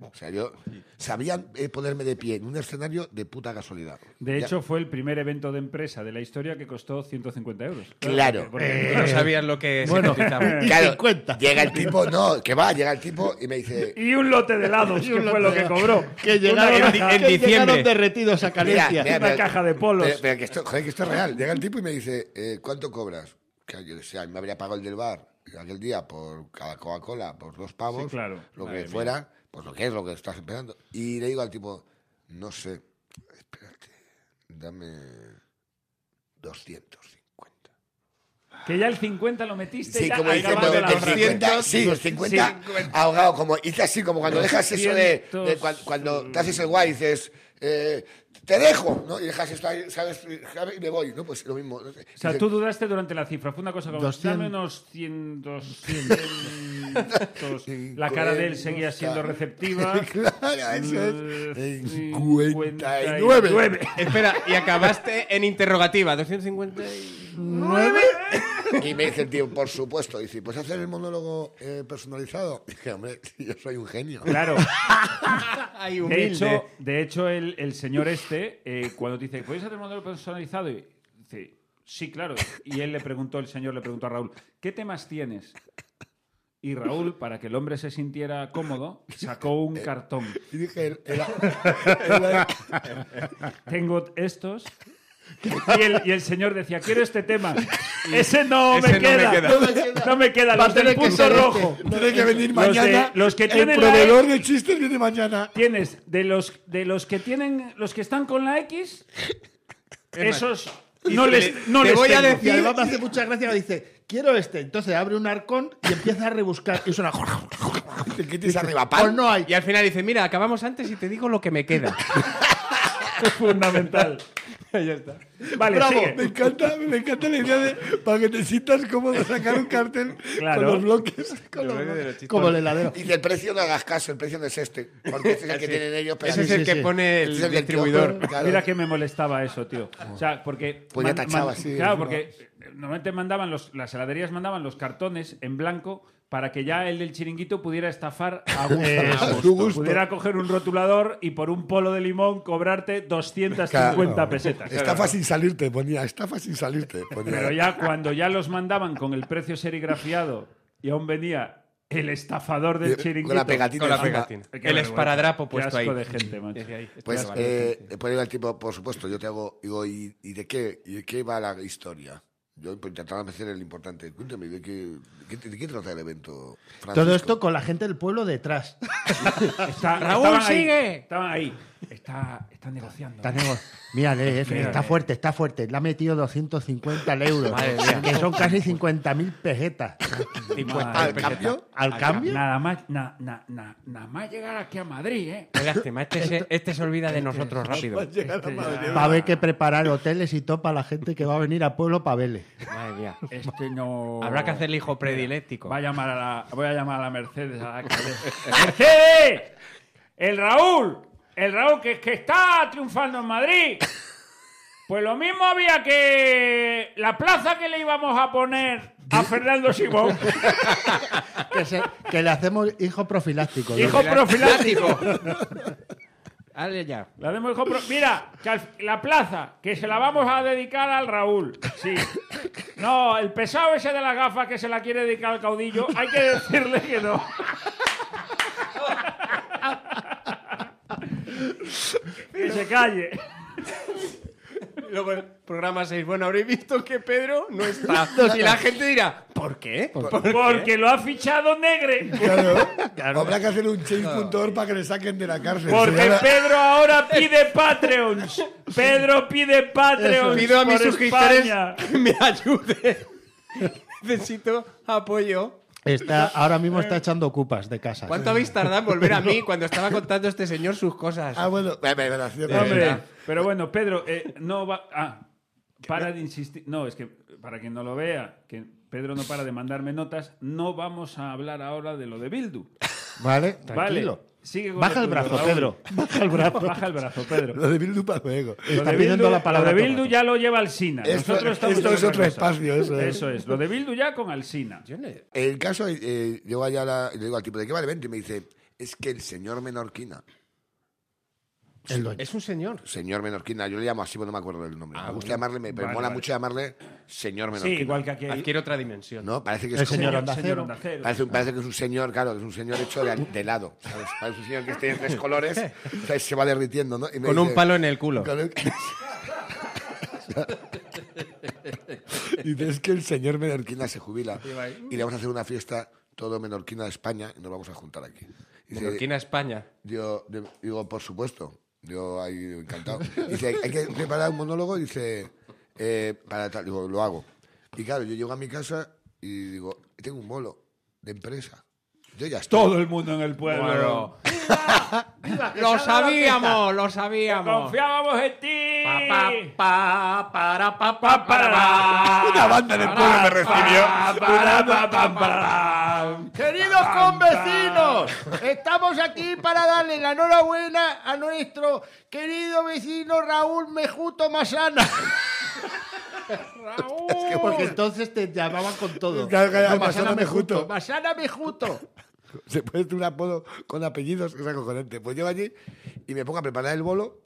[SPEAKER 5] O sea, yo sabía eh, ponerme de pie en un escenario de puta casualidad.
[SPEAKER 4] De
[SPEAKER 5] Ya-
[SPEAKER 4] hecho, fue el primer evento de empresa de la historia que costó 150 euros.
[SPEAKER 5] Claro. Eh.
[SPEAKER 4] Porque-
[SPEAKER 3] No sabías lo que
[SPEAKER 2] Bueno.
[SPEAKER 3] significaba.
[SPEAKER 2] Y
[SPEAKER 5] Claro,
[SPEAKER 2] 50.
[SPEAKER 5] Llega el tipo, no, que va, llega el tipo y me dice,
[SPEAKER 4] Y un lote de helados, que fue lo que cobró.
[SPEAKER 2] Que llegaron,
[SPEAKER 3] en di- en
[SPEAKER 2] que
[SPEAKER 3] diciembre.
[SPEAKER 2] llegaron derretidos a Calencia.
[SPEAKER 5] Mira,
[SPEAKER 4] Una caja de polos.
[SPEAKER 5] pero, pero que esto, joder, que esto es real. Llega el tipo y me dice, eh, ¿cuánto cobras? Que yo, o sea, me habría pagado el del bar aquel día por cada Coca-Cola, por dos pavos,
[SPEAKER 4] Sí, claro.
[SPEAKER 5] lo que
[SPEAKER 4] Madre mía.
[SPEAKER 5] fuera, pues lo que es, lo que estás esperando. Y le digo al tipo, no sé, espérate, dame 250.
[SPEAKER 4] Que ya el 50 lo metiste.
[SPEAKER 5] Sí,
[SPEAKER 4] ya
[SPEAKER 5] como
[SPEAKER 4] acabando
[SPEAKER 5] diciendo,
[SPEAKER 4] la
[SPEAKER 5] el
[SPEAKER 4] obra.
[SPEAKER 5] 50, sí, los 50, ahogado, como, hice así, como cuando dejas eso de, de cuan- cuando, te haces el guay, dices, eh, te dejo, ¿no? Y dejas esto ahí, ¿sabes? Y me voy, ¿no? Pues lo mismo.
[SPEAKER 4] O sea, tú dudaste durante la cifra. Fue una cosa como,
[SPEAKER 2] 200.
[SPEAKER 4] dame unos 100, 200, Todos- la cara de él seguía siendo receptiva.
[SPEAKER 5] Claro, eso es.
[SPEAKER 4] Mm,
[SPEAKER 5] 59.
[SPEAKER 3] Espera, y acabaste en interrogativa. 250 y...
[SPEAKER 5] Y me dice el tío, por supuesto, dice, pues hacer el monólogo eh, personalizado. Dije, hombre, yo soy un genio.
[SPEAKER 4] Claro.
[SPEAKER 3] Ay,
[SPEAKER 4] De
[SPEAKER 3] humilde.
[SPEAKER 4] hecho, de hecho el, el señor este, eh, cuando te dice, ¿puedes hacer un modelo personalizado? Y dice, sí, claro. Y él le preguntó, el señor le preguntó a Raúl, ¿qué temas tienes? Y Raúl, para que el hombre se sintiera cómodo, sacó un cartón.
[SPEAKER 5] Y dije, el- el- el-
[SPEAKER 4] Tengo estos. Y el, y el señor decía, quiero este tema. Ese no,
[SPEAKER 3] Ese
[SPEAKER 4] me,
[SPEAKER 3] no me
[SPEAKER 4] queda.
[SPEAKER 3] queda.
[SPEAKER 4] no me queda.
[SPEAKER 2] Va a
[SPEAKER 4] Los del
[SPEAKER 2] tener que
[SPEAKER 4] punto
[SPEAKER 2] ser este.
[SPEAKER 4] rojo.
[SPEAKER 5] tiene que venir
[SPEAKER 4] Los de-
[SPEAKER 5] mañana.
[SPEAKER 4] los que
[SPEAKER 5] el
[SPEAKER 4] tienen la-
[SPEAKER 5] proveedor de chistes viene mañana.
[SPEAKER 4] Tienes de los de los que tienen los que están con la X, esos no
[SPEAKER 3] te-
[SPEAKER 4] les no
[SPEAKER 3] te
[SPEAKER 4] les
[SPEAKER 3] voy a
[SPEAKER 4] tengo.
[SPEAKER 3] decir-
[SPEAKER 2] Y además me hace mucha gracia, dice, quiero este. Entonces abre un arcón y empieza a rebuscar. Y suena...
[SPEAKER 5] El que tienes arriba,
[SPEAKER 2] Pues
[SPEAKER 5] pan.
[SPEAKER 2] no hay.
[SPEAKER 3] Y al final dice, mira, acabamos antes y te digo lo que me queda.
[SPEAKER 4] es fundamental.
[SPEAKER 3] ya está.
[SPEAKER 4] Vale,
[SPEAKER 2] Bravo.
[SPEAKER 4] sigue.
[SPEAKER 5] Me encanta, me encanta la idea de para que te sientas cómodo sacar un cartel
[SPEAKER 4] Claro.
[SPEAKER 5] con los bloques. con los bloques.
[SPEAKER 2] Como el heladero.
[SPEAKER 5] Y del precio no hagas caso, el precio no es este. Porque este es el que tienen ellos. pero
[SPEAKER 3] Ese es
[SPEAKER 2] Sí,
[SPEAKER 3] el
[SPEAKER 2] sí,
[SPEAKER 3] que
[SPEAKER 2] sí.
[SPEAKER 3] pone el,
[SPEAKER 5] Este es del
[SPEAKER 3] distribuidor.
[SPEAKER 5] kiosco, claro.
[SPEAKER 4] Mira que me molestaba eso, tío. O sea, porque.
[SPEAKER 5] Pues ya tachaba, sí,
[SPEAKER 4] Claro,
[SPEAKER 5] encima.
[SPEAKER 4] porque eh, normalmente mandaban los, las heladerías mandaban los cartones en blanco para que ya el del chiringuito pudiera estafar a gusto.
[SPEAKER 5] Eh, A su gusto.
[SPEAKER 4] Pudiera coger un rotulador y por un polo de limón cobrarte 250
[SPEAKER 5] Claro.
[SPEAKER 4] pesetas.
[SPEAKER 5] Estafa sin salirte, ponía. Estafa sin salirte. Ponía.
[SPEAKER 4] Pero ya cuando ya los mandaban con el precio serigrafiado y aún venía el estafador del chiringuito.
[SPEAKER 5] Con la pegatina.
[SPEAKER 3] Con la
[SPEAKER 5] encima.
[SPEAKER 3] pegatina.
[SPEAKER 4] Qué
[SPEAKER 3] el
[SPEAKER 4] vergüenza.
[SPEAKER 3] esparadrapo
[SPEAKER 4] Qué
[SPEAKER 3] puesto
[SPEAKER 4] asco
[SPEAKER 3] ahí.
[SPEAKER 4] de gente, macho.
[SPEAKER 3] Desde ahí. Esto
[SPEAKER 5] Pues
[SPEAKER 3] es vale.
[SPEAKER 5] eh, después llega el tipo, por supuesto, yo te hago, digo, ¿y, y de, qué, y de qué va la historia? Yo pues, intentaba hacer el importante. Cuéntame, ¿de qué, de qué, de qué trata el evento? Francisco?
[SPEAKER 2] Todo esto con la gente del pueblo detrás.
[SPEAKER 4] Está-
[SPEAKER 3] Raúl,
[SPEAKER 4] estaban ahí,
[SPEAKER 3] sigue.
[SPEAKER 4] estaban ahí. Está, está negociando. ¿eh?
[SPEAKER 2] Está nego- Mírale, eh,
[SPEAKER 4] Mírale.
[SPEAKER 2] está fuerte, está fuerte. Le ha metido 250 euros, que son casi 50.000 pesetas.
[SPEAKER 5] Ah, ¿Al
[SPEAKER 4] Madre.
[SPEAKER 5] cambio?
[SPEAKER 2] ¿Al cambio?
[SPEAKER 4] eh, Nada más, na- na- na- nada más llegar aquí a Madrid, ¿eh?
[SPEAKER 3] Lástima, este, se, este se olvida de nosotros rápido.
[SPEAKER 2] Va a haber que preparar hoteles y todo para la gente que va a venir a Pueblo Pavele.
[SPEAKER 3] Madre mía.
[SPEAKER 4] Este no.
[SPEAKER 3] Habrá que hacerle hijo prediléctico.
[SPEAKER 4] Va a llamar a la, voy a llamar a la Mercedes. a la calle. ¡Mercedes! El Raúl, el Raúl que, que está triunfando en Madrid. Pues lo mismo había que la plaza que le íbamos a poner a Fernando Simón.
[SPEAKER 2] Que, se- que le hacemos hijo profiláctico. ¿no?
[SPEAKER 4] Hijo profiláctico.
[SPEAKER 3] Dale ya.
[SPEAKER 4] La hacemos hijo pro- Mira, que al- la plaza, que se la vamos a dedicar al Raúl. Sí. No, el pesado ese de las gafas que se la quiere dedicar al caudillo, hay que decirle que no. que se calle.
[SPEAKER 3] Luego el programa 6. Bueno, habréis visto que Pedro no está. y la gente dirá, ¿por qué? ¿Por,
[SPEAKER 4] Porque lo ha fichado Negre.
[SPEAKER 5] Habrá que hacer un change.org para que le saquen de la cárcel.
[SPEAKER 4] Porque
[SPEAKER 5] Señora-
[SPEAKER 4] Pedro ahora pide Patreons. Pedro pide Patreons.
[SPEAKER 3] Pido a mis
[SPEAKER 4] por
[SPEAKER 3] suscriptores
[SPEAKER 4] España.
[SPEAKER 3] que me ayude. Necesito apoyo.
[SPEAKER 2] Está, ahora mismo está echando cupas de casa.
[SPEAKER 3] ¿Cuánto habéis tardado en volver a mí cuando estaba contando este señor sus cosas?
[SPEAKER 5] Ah, bueno. Ve, ve, ve, la cierra.
[SPEAKER 4] Hombre, pero bueno, Pedro, eh, no va. Ah, para de insistir. No, es que para quien no lo vea, que Pedro no para de mandarme notas, no vamos a hablar ahora de lo de Bildu.
[SPEAKER 2] Vale,
[SPEAKER 4] Vale.
[SPEAKER 2] tranquilo.
[SPEAKER 4] Sigue con
[SPEAKER 2] Baja
[SPEAKER 4] lo
[SPEAKER 2] el
[SPEAKER 4] tuyo,
[SPEAKER 2] brazo,
[SPEAKER 4] Raúl.
[SPEAKER 2] Pedro. Baja el brazo.
[SPEAKER 4] Baja el brazo, Pedro.
[SPEAKER 5] Lo de Bildu para luego.
[SPEAKER 4] Lo
[SPEAKER 2] Está
[SPEAKER 4] de
[SPEAKER 2] pidiendo
[SPEAKER 4] Bildu-
[SPEAKER 2] la palabra
[SPEAKER 4] Lo de Bildu
[SPEAKER 2] todo el
[SPEAKER 4] ya lo lleva Alsina.
[SPEAKER 5] Esto-
[SPEAKER 4] Nosotros estamos
[SPEAKER 5] esto
[SPEAKER 4] en
[SPEAKER 5] es
[SPEAKER 4] otra
[SPEAKER 5] otro
[SPEAKER 4] cosa.
[SPEAKER 5] espacio, eso es.
[SPEAKER 4] Eso es. Lo de Bildu ya con Alsina.
[SPEAKER 5] El caso, eh, llego allá la- y le digo al tipo, ¿de qué va el evento? Y me dice, es que el señor Menorquina,
[SPEAKER 2] El dueño.
[SPEAKER 3] Es un señor.
[SPEAKER 5] señor Menorquina, yo le llamo así, pero no me acuerdo del nombre. me gusta llamarle, me, pero
[SPEAKER 4] Vale,
[SPEAKER 5] mola
[SPEAKER 4] vale.
[SPEAKER 5] mucho llamarle señor
[SPEAKER 4] Sí,
[SPEAKER 5] Menorquina.
[SPEAKER 4] igual que aquí. hay-
[SPEAKER 3] Adquiere otra dimensión.
[SPEAKER 5] ¿No? Parece que es
[SPEAKER 2] El
[SPEAKER 5] como-
[SPEAKER 2] señor Onda
[SPEAKER 4] señor
[SPEAKER 2] Cero.
[SPEAKER 4] Onda Cero.
[SPEAKER 5] Parece, un- parece que es un señor, claro, que es un señor hecho de, de helado. ¿sabes? Parece un señor que esté en tres colores, o sea, se va derritiendo, ¿no? Y me
[SPEAKER 3] Con un
[SPEAKER 5] dice-
[SPEAKER 3] palo en el culo.
[SPEAKER 5] eh, con un- y ves que el señor menorquina se jubila y le vamos a hacer una fiesta todo menorquina de España y nos vamos a juntar aquí. Y dice,
[SPEAKER 3] Menorquina España.
[SPEAKER 5] yo de- digo, por supuesto. Yo ahí encantado. Dice, hay que preparar un monólogo. Dice, eh, para tal. Digo, lo hago. Y claro, yo llego a mi casa y digo, tengo un bolo de empresa. Yo ya estoy.
[SPEAKER 4] Todo el mundo en el pueblo.
[SPEAKER 3] Bueno. Lo sabíamos, lo sabíamos.
[SPEAKER 4] Confiábamos en ti.
[SPEAKER 3] Pa, pa, pa, para, pa, pa, para, pa.
[SPEAKER 5] Una banda
[SPEAKER 4] Ah,
[SPEAKER 5] del pueblo me recibió.
[SPEAKER 4] Para, pa, pam, para.
[SPEAKER 2] Queridos convecinos, estamos aquí para darle la enhorabuena a nuestro querido vecino Raúl Mejuto Masana. Porque entonces te llamaban con todo.
[SPEAKER 5] Claro, claro,
[SPEAKER 2] No,
[SPEAKER 5] Masana Mejuto.
[SPEAKER 2] Masana Mejuto.
[SPEAKER 5] Se puede hacer un apodo con apellidos, que es acojonante. Pues llego allí y me pongo a preparar el bolo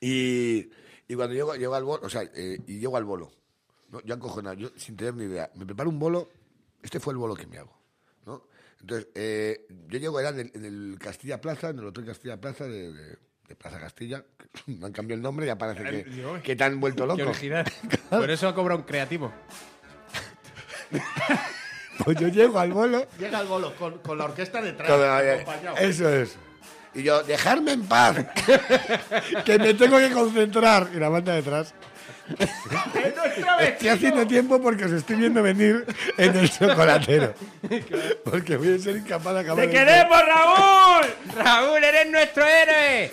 [SPEAKER 5] y, y cuando llego, llego al bolo, o sea, eh, y llego al bolo, ¿no? yo acojonado, yo sin tener ni idea, me preparo un bolo, este fue el bolo que me hago, ¿no? Entonces, eh, yo llego, era en el, en el Castilla Plaza, en el Hotel Castilla Plaza de, de- de Plaza Castilla, me han cambiado el nombre, ya parece que, que te han vuelto
[SPEAKER 3] Qué
[SPEAKER 5] loco.
[SPEAKER 3] original. Por eso ha cobrado un creativo.
[SPEAKER 5] Pues yo llego al bolo
[SPEAKER 2] Llega el bolo con, con la orquesta detrás.
[SPEAKER 5] Todavía.
[SPEAKER 2] acompañado.
[SPEAKER 5] Eso es. Y yo, dejarme en paz, que me tengo que concentrar. Y la banda detrás. Estoy haciendo tiempo porque os estoy viendo venir en el chocolatero. Porque voy a ser incapaz de acabar.
[SPEAKER 4] ¡Te
[SPEAKER 5] el-
[SPEAKER 4] queremos, Raúl!
[SPEAKER 3] Raúl, eres nuestro héroe.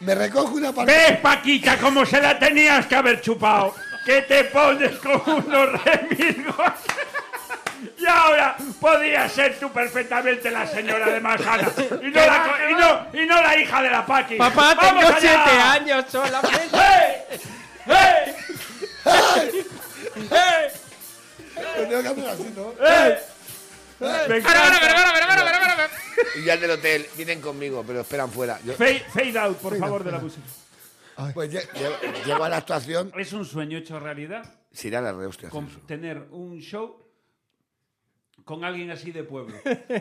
[SPEAKER 5] Me recojo una parte.
[SPEAKER 4] ¡Ves, Paquita, cómo se la tenías que haber chupado! ¡Que te pones con unos remilgos! Y ahora podía ser tú perfectamente la señora de Manhattan y no, la, co- y no, y no la hija de la Paqui.
[SPEAKER 3] Papá,
[SPEAKER 4] ¡Vamos
[SPEAKER 3] tengo
[SPEAKER 4] allá!
[SPEAKER 3] siete años solamente.
[SPEAKER 4] ¡Eh! ¡Eh!
[SPEAKER 5] Lo tengo que hacer así, ¿no?
[SPEAKER 4] ¡Eh! Me encanta.
[SPEAKER 5] Y ya del hotel, vienen conmigo, pero esperan fuera. Yo-
[SPEAKER 4] Fade, fade out, por favor, de la música.
[SPEAKER 5] pues lle- lle- llego a la actuación.
[SPEAKER 4] Es un sueño hecho realidad
[SPEAKER 5] Se irá la re, hostia,
[SPEAKER 4] con
[SPEAKER 5] Celso.
[SPEAKER 4] tener un show con alguien así de pueblo.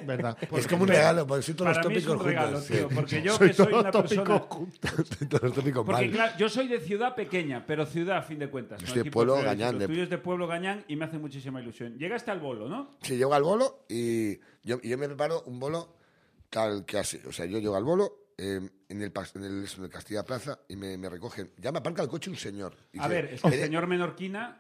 [SPEAKER 2] ¿Verdad?
[SPEAKER 5] Es como un regalo, porque soy todos
[SPEAKER 4] Para
[SPEAKER 5] los
[SPEAKER 4] mí es
[SPEAKER 5] tópicos
[SPEAKER 4] un regalo,
[SPEAKER 5] juntos.
[SPEAKER 4] tío,
[SPEAKER 5] sí.
[SPEAKER 4] porque yo que soy
[SPEAKER 2] todos
[SPEAKER 4] una
[SPEAKER 2] tópicos
[SPEAKER 4] persona...
[SPEAKER 5] Soy todos los tópicos
[SPEAKER 4] Porque
[SPEAKER 5] mal.
[SPEAKER 4] claro, yo soy de ciudad pequeña, pero ciudad a fin de cuentas.
[SPEAKER 5] Yo
[SPEAKER 4] no
[SPEAKER 5] soy de
[SPEAKER 4] Aquí
[SPEAKER 5] pueblo
[SPEAKER 4] por-
[SPEAKER 5] gañán,
[SPEAKER 4] Lo
[SPEAKER 5] de-
[SPEAKER 4] tuyo es de pueblo gañán y me hace muchísima ilusión. Llegaste al bolo, ¿no?
[SPEAKER 5] Sí, llego al bolo y yo, yo me preparo un bolo tal que así. O sea, yo llego al bolo eh, en, el, pas- en, el, en el Castilla Plaza y me, me recogen. Ya me aparca el coche un señor.
[SPEAKER 4] A
[SPEAKER 5] Dice, "Oh,
[SPEAKER 4] ver, es que el
[SPEAKER 5] "Eres-
[SPEAKER 4] señor Menorquina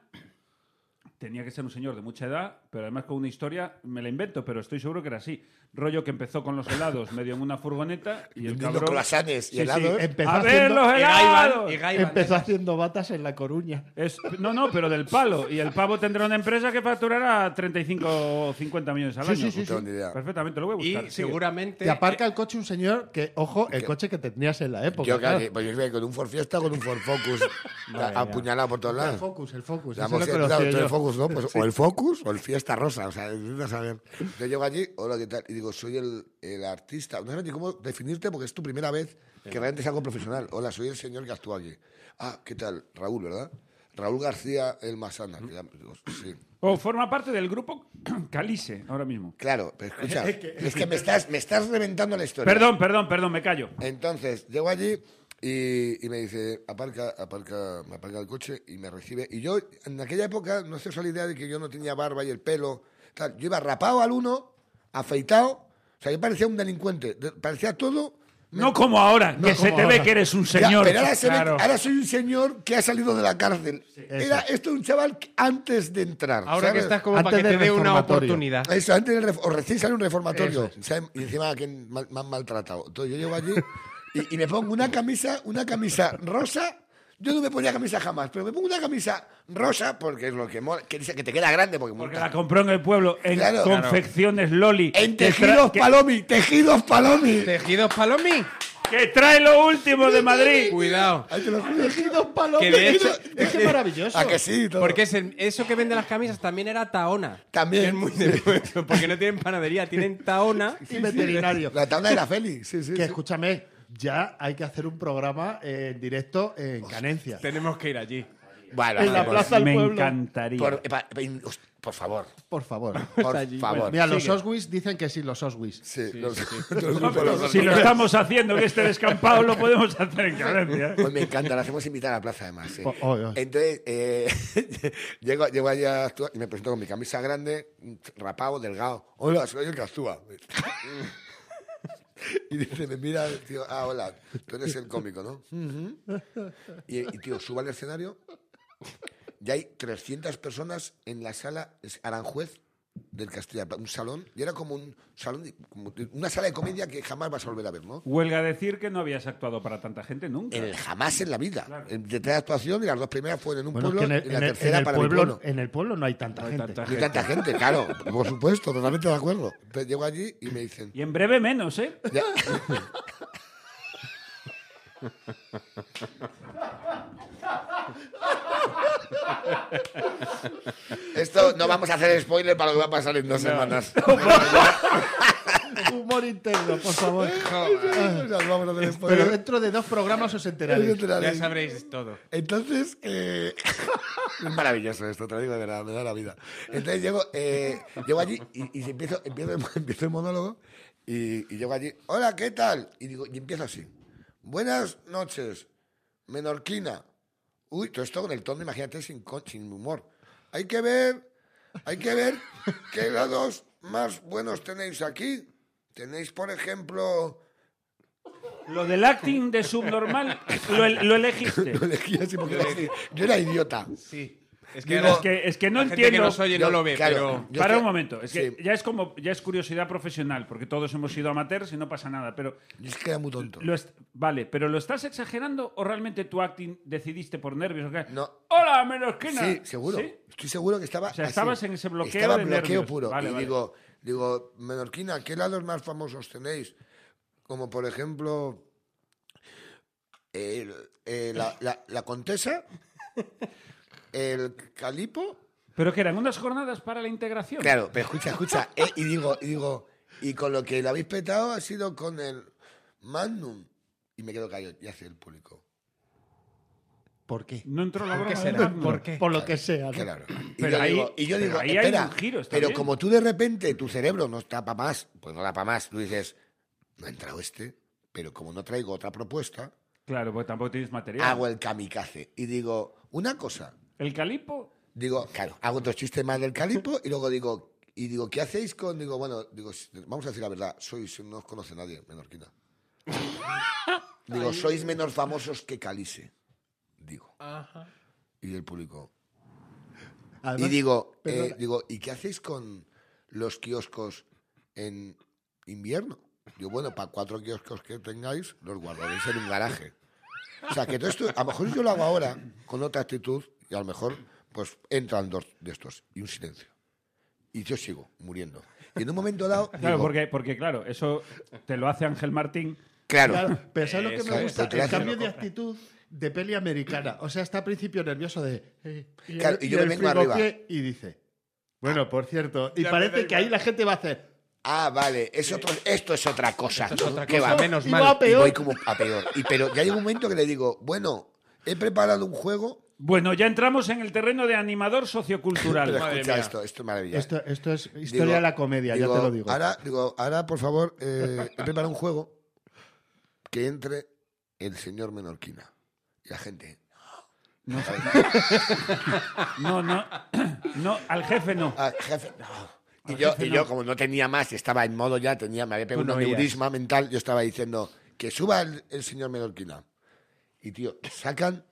[SPEAKER 4] tenía que ser un señor de mucha edad, pero además con una historia, me la invento, pero estoy seguro que era así. Rollo que empezó con los helados medio en una furgoneta y el
[SPEAKER 5] Vendiendo
[SPEAKER 4] cabrón...
[SPEAKER 5] croissants y helados.
[SPEAKER 2] empezó
[SPEAKER 4] ¡A ver
[SPEAKER 2] haciendo-
[SPEAKER 4] los
[SPEAKER 3] Y Gaivan,
[SPEAKER 4] helados!
[SPEAKER 3] y Gaivan.
[SPEAKER 2] Empezó haciendo batas en La Coruña.
[SPEAKER 4] Es- no, no, pero del palo. Y el pavo tendrá una empresa que facturará 35 o 50 millones al
[SPEAKER 2] Sí,
[SPEAKER 4] año.
[SPEAKER 2] sí, sí,
[SPEAKER 5] No tengo ni idea.
[SPEAKER 4] Perfectamente, lo voy a
[SPEAKER 3] Y
[SPEAKER 4] buscar. sigue.
[SPEAKER 3] seguramente. eh,
[SPEAKER 2] Te aparca el coche un señor que, ojo, el
[SPEAKER 5] Que-
[SPEAKER 2] coche que tenías en la época.
[SPEAKER 5] Yo, claro,
[SPEAKER 2] claro.
[SPEAKER 5] que- pues yo creo que con un Ford Fiesta con un Ford Focus a-
[SPEAKER 4] mía.
[SPEAKER 5] apuñalado por todos
[SPEAKER 2] El
[SPEAKER 5] lados.
[SPEAKER 2] Focus, el Focus.
[SPEAKER 5] La
[SPEAKER 2] Pues ese lo
[SPEAKER 5] moción,
[SPEAKER 2] conocía
[SPEAKER 5] claro, tú
[SPEAKER 2] yo.
[SPEAKER 5] el Focus, ¿no? Pues O el Focus o el Fiesta Rosa. O sea, intenta saber. Yo llego allí, hola, ¿qué tal? Y digo, soy el, el artista. No sé ni cómo definirte porque es tu primera vez que realmente es algo profesional. Hola, soy el señor que actúa aquí. Ah, ¿qué tal? Raúl, ¿verdad? Raúl García El Masana.
[SPEAKER 2] ¿Mm?
[SPEAKER 5] que ya- digo, sí.
[SPEAKER 4] O forma parte del grupo Calice, ahora mismo.
[SPEAKER 5] Claro, pero escucha, es que me estás, me estás reventando la historia.
[SPEAKER 4] Perdón, perdón, perdón, me callo.
[SPEAKER 5] Entonces, llego allí y, y me dice, aparca, aparca, me aparca el coche y me recibe. Y yo, en aquella época, no se os da la idea de que yo no tenía barba y el pelo. tal. Yo iba rapado al uno, afeitado. O sea, yo parecía un delincuente. De- Parecía todo.
[SPEAKER 4] No como ahora, que se
[SPEAKER 2] como
[SPEAKER 4] te ve
[SPEAKER 2] ahora.
[SPEAKER 4] que eres un
[SPEAKER 5] Ya,
[SPEAKER 4] señor.
[SPEAKER 5] pero ahora, se ve-
[SPEAKER 4] Claro.
[SPEAKER 5] ahora soy un señor que ha salido de la cárcel. Era esto un chaval que antes de entrar.
[SPEAKER 3] Ahora que
[SPEAKER 5] ¿sabes?
[SPEAKER 3] estás como
[SPEAKER 2] Antes
[SPEAKER 3] para que te
[SPEAKER 2] del
[SPEAKER 3] dé una
[SPEAKER 2] reformatorio.
[SPEAKER 3] oportunidad.
[SPEAKER 5] Eso, antes del ref- o recién sale un reformatorio. ¿sabes? Y encima que mal- me han maltratado. Entonces yo llego allí y, y me pongo una camisa, una camisa rosa. Yo no me ponía camisa jamás, pero me pongo una camisa rosa porque es lo que mola. Que dice que te queda grande porque,
[SPEAKER 4] Porque la compró en el pueblo, en
[SPEAKER 5] Claro.
[SPEAKER 4] confecciones Loli.
[SPEAKER 5] En
[SPEAKER 4] que tra-
[SPEAKER 5] tejidos
[SPEAKER 4] que,
[SPEAKER 5] palomi, tejidos palomi.
[SPEAKER 3] Tejidos Palomí.
[SPEAKER 4] que trae lo último de Madrid.
[SPEAKER 3] Cuidado.
[SPEAKER 5] Ay, te lo juro.
[SPEAKER 2] Tejidos palomas.
[SPEAKER 3] Que de hecho-
[SPEAKER 2] es que es maravilloso.
[SPEAKER 5] ¿A Ah, que sí? Todo.
[SPEAKER 3] Porque es el- eso que venden las camisas también era Taona.
[SPEAKER 5] También.
[SPEAKER 3] Es muy de pueblo, porque no tienen panadería, tienen Taona.
[SPEAKER 2] Y veterinario.
[SPEAKER 5] La tabla era Félix, sí, sí.
[SPEAKER 2] Que
[SPEAKER 5] sí.
[SPEAKER 2] escúchame, ya hay que hacer un programa eh, en directo en Canencia.
[SPEAKER 3] Tenemos que ir allí.
[SPEAKER 5] Bueno,
[SPEAKER 2] en la
[SPEAKER 5] vale,
[SPEAKER 2] plaza del
[SPEAKER 4] me
[SPEAKER 2] pueblo.
[SPEAKER 4] encantaría.
[SPEAKER 5] por, eh, por- por- por favor,
[SPEAKER 2] Por favor.
[SPEAKER 5] por
[SPEAKER 3] allí.
[SPEAKER 5] favor.
[SPEAKER 2] Mira, los Oswis dicen que sí, los Oswis.
[SPEAKER 5] Sí, los- los- los-
[SPEAKER 4] Si lo estamos haciendo en este descampado, lo podemos hacer en Valencia.
[SPEAKER 5] Pues me encanta, la hacemos invitar a la plaza además. sí.
[SPEAKER 2] Oh, oh, oh.
[SPEAKER 5] Entonces, eh, llego, llego allá a actuar y me presento con mi camisa grande, rapado, delgado. Hola, soy el que actúa. Y dice, me mira, tío, ah, hola, tú eres el cómico, ¿no? y, y, tío, subo al escenario y hay 300 personas en la sala es Aranjuez del Castilla, un salón, y era como un salón, de- como de- una sala de comedia que jamás vas a volver a ver, ¿no?
[SPEAKER 4] Huelga decir que no habías actuado para tanta gente nunca.
[SPEAKER 5] En el jamás en la vida. En- De tres actuaciones, las dos primeras fueron en un
[SPEAKER 2] Bueno, es
[SPEAKER 5] pueblo
[SPEAKER 2] que en el,
[SPEAKER 5] y la
[SPEAKER 2] en el-
[SPEAKER 5] tercera
[SPEAKER 2] en el
[SPEAKER 5] para mi
[SPEAKER 2] pueblo,
[SPEAKER 5] pueblo.
[SPEAKER 2] en el pueblo no hay tanta
[SPEAKER 4] No hay
[SPEAKER 2] gente.
[SPEAKER 4] tanta
[SPEAKER 5] Y tanta gente, claro, por supuesto, totalmente de acuerdo. Entonces llego allí y me dicen,
[SPEAKER 4] Y en breve menos, ¿eh?
[SPEAKER 5] Ya. Esto no vamos a hacer spoiler para lo que va a pasar en dos semanas.
[SPEAKER 2] Humor interno, por favor.
[SPEAKER 5] pues, Joder. Pues Nos vamos a hacer
[SPEAKER 2] Pero
[SPEAKER 5] spoiler.
[SPEAKER 2] dentro de dos programas os
[SPEAKER 5] Ahí
[SPEAKER 2] enteraréis.
[SPEAKER 3] Ya
[SPEAKER 5] entraréis.
[SPEAKER 3] sabréis todo.
[SPEAKER 5] Entonces, eh, es maravilloso esto, te lo digo de verdad, me da la vida. Entonces llego, eh, llego allí y, y empiezo, empiezo, empiezo el monólogo y, y llego allí, hola, ¿qué tal? Y, digo, y empiezo así, buenas noches, menorquina. Uy, todo esto con el tono, imagínate, sin, co- sin humor. Hay que ver, hay que ver qué lados más buenos tenéis aquí. Tenéis, por ejemplo,
[SPEAKER 4] Lo del acting de subnormal lo, el- lo elegiste.
[SPEAKER 5] lo elegí así porque era así. yo era idiota.
[SPEAKER 3] Sí. Es
[SPEAKER 5] Digo,
[SPEAKER 3] ahora
[SPEAKER 5] es
[SPEAKER 4] que- es que no
[SPEAKER 3] la gente que
[SPEAKER 4] entiendo.
[SPEAKER 3] nos oye no
[SPEAKER 5] Yo-
[SPEAKER 3] lo ve,
[SPEAKER 5] claro,
[SPEAKER 3] pero.
[SPEAKER 5] yo
[SPEAKER 4] Para
[SPEAKER 5] estoy-
[SPEAKER 4] un momento, es que
[SPEAKER 5] sí.
[SPEAKER 4] ya es como ya es curiosidad profesional, porque todos hemos sido amateurs y no pasa nada, pero
[SPEAKER 5] Yo es que era muy tonto.
[SPEAKER 4] lo est- vale, pero lo estás exagerando o realmente tu acting decidiste por nervios o qué?
[SPEAKER 5] No.
[SPEAKER 4] Hola, menos que nada.
[SPEAKER 5] Sí, seguro. Estoy seguro que estaba.
[SPEAKER 4] O sea,
[SPEAKER 5] así.
[SPEAKER 4] estabas en ese bloqueo
[SPEAKER 5] Estaba
[SPEAKER 4] de
[SPEAKER 5] bloqueo
[SPEAKER 4] nervios.
[SPEAKER 5] puro.
[SPEAKER 4] Vale,
[SPEAKER 5] y
[SPEAKER 4] vale.
[SPEAKER 5] digo, digo, Menorquina, ¿qué lados más famosos tenéis? Como por ejemplo. el- eh, la, la- la Contesa, el Calipo.
[SPEAKER 4] Pero que eran unas jornadas para la integración.
[SPEAKER 5] Claro, pero escucha, escucha. eh, y digo, y digo, y con lo que lo habéis petado ha sido con el Magnum. Y me quedo callado y hace el público.
[SPEAKER 2] ¿Por qué?
[SPEAKER 4] No entró la broma.
[SPEAKER 3] qué
[SPEAKER 4] de
[SPEAKER 3] será?
[SPEAKER 4] Magnum.
[SPEAKER 3] ¿Por qué?
[SPEAKER 2] Por lo que sea. ¿no?
[SPEAKER 5] Claro. Y
[SPEAKER 4] Pero
[SPEAKER 5] yo
[SPEAKER 4] ahí-
[SPEAKER 5] digo, y yo
[SPEAKER 4] pero
[SPEAKER 5] digo,
[SPEAKER 4] ahí hay
[SPEAKER 5] espera,
[SPEAKER 4] un giro, está
[SPEAKER 5] pero
[SPEAKER 4] bien.
[SPEAKER 5] como tú de repente, tu cerebro no está para más, pues no da para más, tú dices, no ha entrado este, pero como no traigo otra propuesta,
[SPEAKER 4] Claro, porque tampoco tienes material.
[SPEAKER 5] hago el kamikaze. Y digo, una cosa,
[SPEAKER 4] El calipo.
[SPEAKER 5] digo, claro, hago otros chistes más del calipo y luego digo, y digo, ¿qué hacéis con...? Digo, bueno, digo, s- vamos a decir la verdad, sois, no os conoce nadie, menorquina. digo, sois menos famosos que Calice, digo. Y el público,
[SPEAKER 2] Además,
[SPEAKER 5] y digo, eh,
[SPEAKER 2] perdona.
[SPEAKER 5] digo, ¿y qué hacéis con los kioscos en invierno? Digo, bueno, para cuatro kioscos que tengáis, los guardaréis en un garaje. O sea, que todo esto, a lo mejor yo lo hago ahora con otra actitud y a lo mejor pues entran dos de estos y un silencio. Y yo sigo muriendo. Y en un momento dado,
[SPEAKER 4] Claro,
[SPEAKER 5] digo,
[SPEAKER 4] porque, porque claro, eso te lo hace Ángel Martín.
[SPEAKER 5] claro,
[SPEAKER 2] Claro, pero ¿sabes lo que
[SPEAKER 5] Eso
[SPEAKER 2] me
[SPEAKER 5] es,
[SPEAKER 2] gusta?
[SPEAKER 5] porque
[SPEAKER 2] El
[SPEAKER 5] hace
[SPEAKER 2] cambio
[SPEAKER 5] lo
[SPEAKER 2] de actitud de peli americana. O sea, está al principio nervioso de... eh, y,
[SPEAKER 5] Claro, y yo me
[SPEAKER 2] el
[SPEAKER 5] vengo arriba.
[SPEAKER 2] frigopié Y dice... Bueno, por cierto. Y
[SPEAKER 3] Ya me da
[SPEAKER 2] parece que
[SPEAKER 3] igual.
[SPEAKER 2] ahí la gente va a hacer...
[SPEAKER 5] ah, vale, es otro, esto es otra cosa.
[SPEAKER 3] Esto es otra
[SPEAKER 5] ¿Qué
[SPEAKER 3] cosa,
[SPEAKER 5] va?
[SPEAKER 3] menos
[SPEAKER 2] y
[SPEAKER 3] mal.
[SPEAKER 2] va a
[SPEAKER 5] Y voy
[SPEAKER 2] peor.
[SPEAKER 5] como a peor. Y, pero ya llega un momento que le digo, bueno, he preparado un juego.
[SPEAKER 4] Bueno, ya entramos en el terreno de animador sociocultural.
[SPEAKER 5] Pero
[SPEAKER 3] Madre
[SPEAKER 5] escucha
[SPEAKER 3] mía.
[SPEAKER 5] esto, esto es maravilloso.
[SPEAKER 2] Esto, esto es historia de la comedia,
[SPEAKER 5] digo,
[SPEAKER 2] ya te lo digo.
[SPEAKER 5] Ahora, digo, ahora por favor, eh, he preparado un juego que entre el señor Menorquina. Y la gente.
[SPEAKER 4] No, no. No, al jefe no.
[SPEAKER 5] "Ah, jefe, no". Y yo, y yo, como no tenía más, estaba en modo ya, tenía, me había pegado
[SPEAKER 4] Tú no
[SPEAKER 5] un
[SPEAKER 4] oías.
[SPEAKER 5] neurisma mental, yo estaba diciendo que suba el, el señor Menorquina. Y tío, sacan.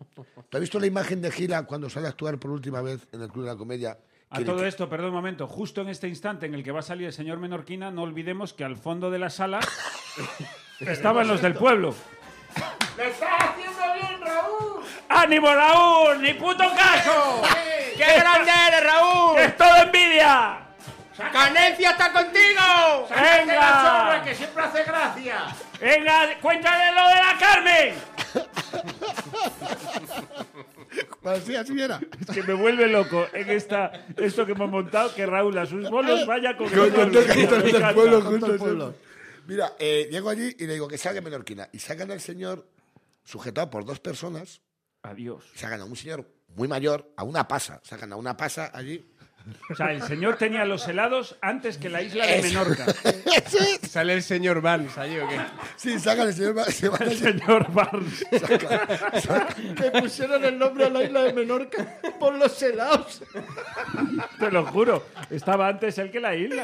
[SPEAKER 5] ¿Te has visto la imagen de Gila cuando sale a actuar por última vez en el Club de la Comedia?
[SPEAKER 4] A
[SPEAKER 5] Que le-
[SPEAKER 4] todo esto, perdón un momento, justo en este instante en el que va a salir el señor Menorquina, no olvidemos que al fondo de la sala estaban los del pueblo.
[SPEAKER 6] ¡Lo estás haciendo bien, Raúl!
[SPEAKER 4] ¡Ánimo, Raúl! ¡Ni puto caso!
[SPEAKER 3] ¡Qué grande eres, Raúl!
[SPEAKER 4] ¡Es todo envidia!
[SPEAKER 3] ¡Canencia está contigo!
[SPEAKER 6] ¡Sácate la chorra
[SPEAKER 4] ¡Venga!
[SPEAKER 6] que siempre hace gracia!
[SPEAKER 4] ¡Venga! ¡Cuéntale lo de la Carmen!
[SPEAKER 5] Parecía así era.
[SPEAKER 4] Es que me vuelve loco en esta, esto que hemos montado, que Raúl a sus bolos vaya con,
[SPEAKER 5] Con- con todo el
[SPEAKER 4] Me
[SPEAKER 5] del
[SPEAKER 4] encanta.
[SPEAKER 5] pueblo
[SPEAKER 2] con todo el
[SPEAKER 5] juntos,
[SPEAKER 2] pueblo.
[SPEAKER 5] sí. Mira, eh, llego allí y le digo que salga menorquina. Y sacan al señor, sujetado por dos personas,
[SPEAKER 4] Adiós.
[SPEAKER 5] sacan a un señor muy mayor, a una pasa. Sacan a una pasa allí.
[SPEAKER 4] O sea, el señor tenía los helados antes que la isla de Menorca.
[SPEAKER 3] Sale el señor Vans allí, ¿o qué?
[SPEAKER 5] Sí, sacan al señor. se van
[SPEAKER 4] El
[SPEAKER 5] al señor-
[SPEAKER 4] señor Barnes.
[SPEAKER 2] Le pusieron el nombre a la isla de Menorca por los helados.
[SPEAKER 4] Te lo juro, estaba antes él que la isla.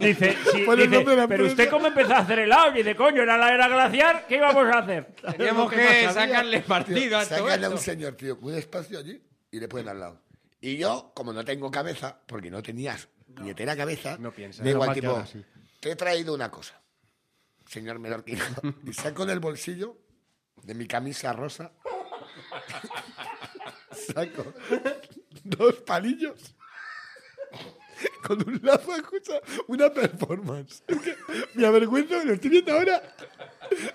[SPEAKER 4] dice, sí,
[SPEAKER 5] Por el
[SPEAKER 4] dice,
[SPEAKER 5] nombre de la
[SPEAKER 4] pero usted
[SPEAKER 5] empresa".
[SPEAKER 4] cómo empezó a hacer helado, dice, coño, era la era glaciar, ¿qué íbamos a hacer?
[SPEAKER 3] Teníamos
[SPEAKER 2] que no
[SPEAKER 3] que
[SPEAKER 2] sabía.
[SPEAKER 3] sacarle partido a todo
[SPEAKER 5] sacan a un
[SPEAKER 3] esto.
[SPEAKER 5] señor, tío, muy despacio allí y le ponen al lado. Y yo, como no tengo cabeza, porque no tenías billetera cabeza,
[SPEAKER 3] No piensas.
[SPEAKER 5] me
[SPEAKER 3] Menos
[SPEAKER 5] digo al
[SPEAKER 7] mal que
[SPEAKER 5] tipo,
[SPEAKER 7] ahora sí.
[SPEAKER 5] te he traído una cosa, señor Melorquino. y saco del bolsillo de mi camisa rosa, saco dos palillos. Con un lazo, escucha, una performance. Es que me avergüenzo, me lo estoy viendo ahora.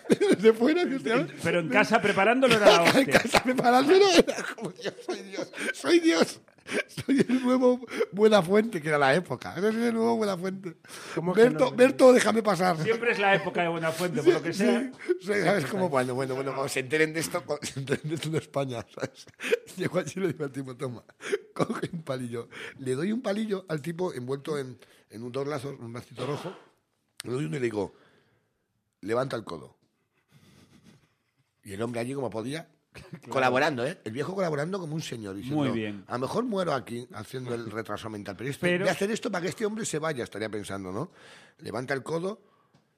[SPEAKER 5] Desde fuera, que estoy ahora.
[SPEAKER 4] Pero en casa preparándolo era la
[SPEAKER 5] en
[SPEAKER 4] hostia.
[SPEAKER 5] casa preparándolo era como yo soy Dios, soy Dios, soy el nuevo Buena Fuente, que era la época. Eres el nuevo Buena Fuente. Berto, Berto, déjame pasar.
[SPEAKER 4] Siempre es la época de Buenafuente, por lo que sea.
[SPEAKER 5] Sí, ¿Sabes cómo? Bueno, bueno, bueno, cuando se enteren de esto, cuando se enteren de esto en España, ¿sabes? Llego allí y le digo al tipo, toma, coge un palillo. Le doy un palillo al tipo envuelto en, en un dos lazos, un lacito rojo. Le doy uno y le digo, levanta el codo. Y el hombre allí como podía, colaborando, ¿eh? El viejo colaborando como un señor. diciendo,
[SPEAKER 4] Muy bien.
[SPEAKER 5] A lo mejor muero aquí haciendo el retraso mental, pero, esto,
[SPEAKER 4] Pero-
[SPEAKER 5] voy a hacer esto para que este hombre se vaya, estaría pensando, ¿no? Levanta el codo,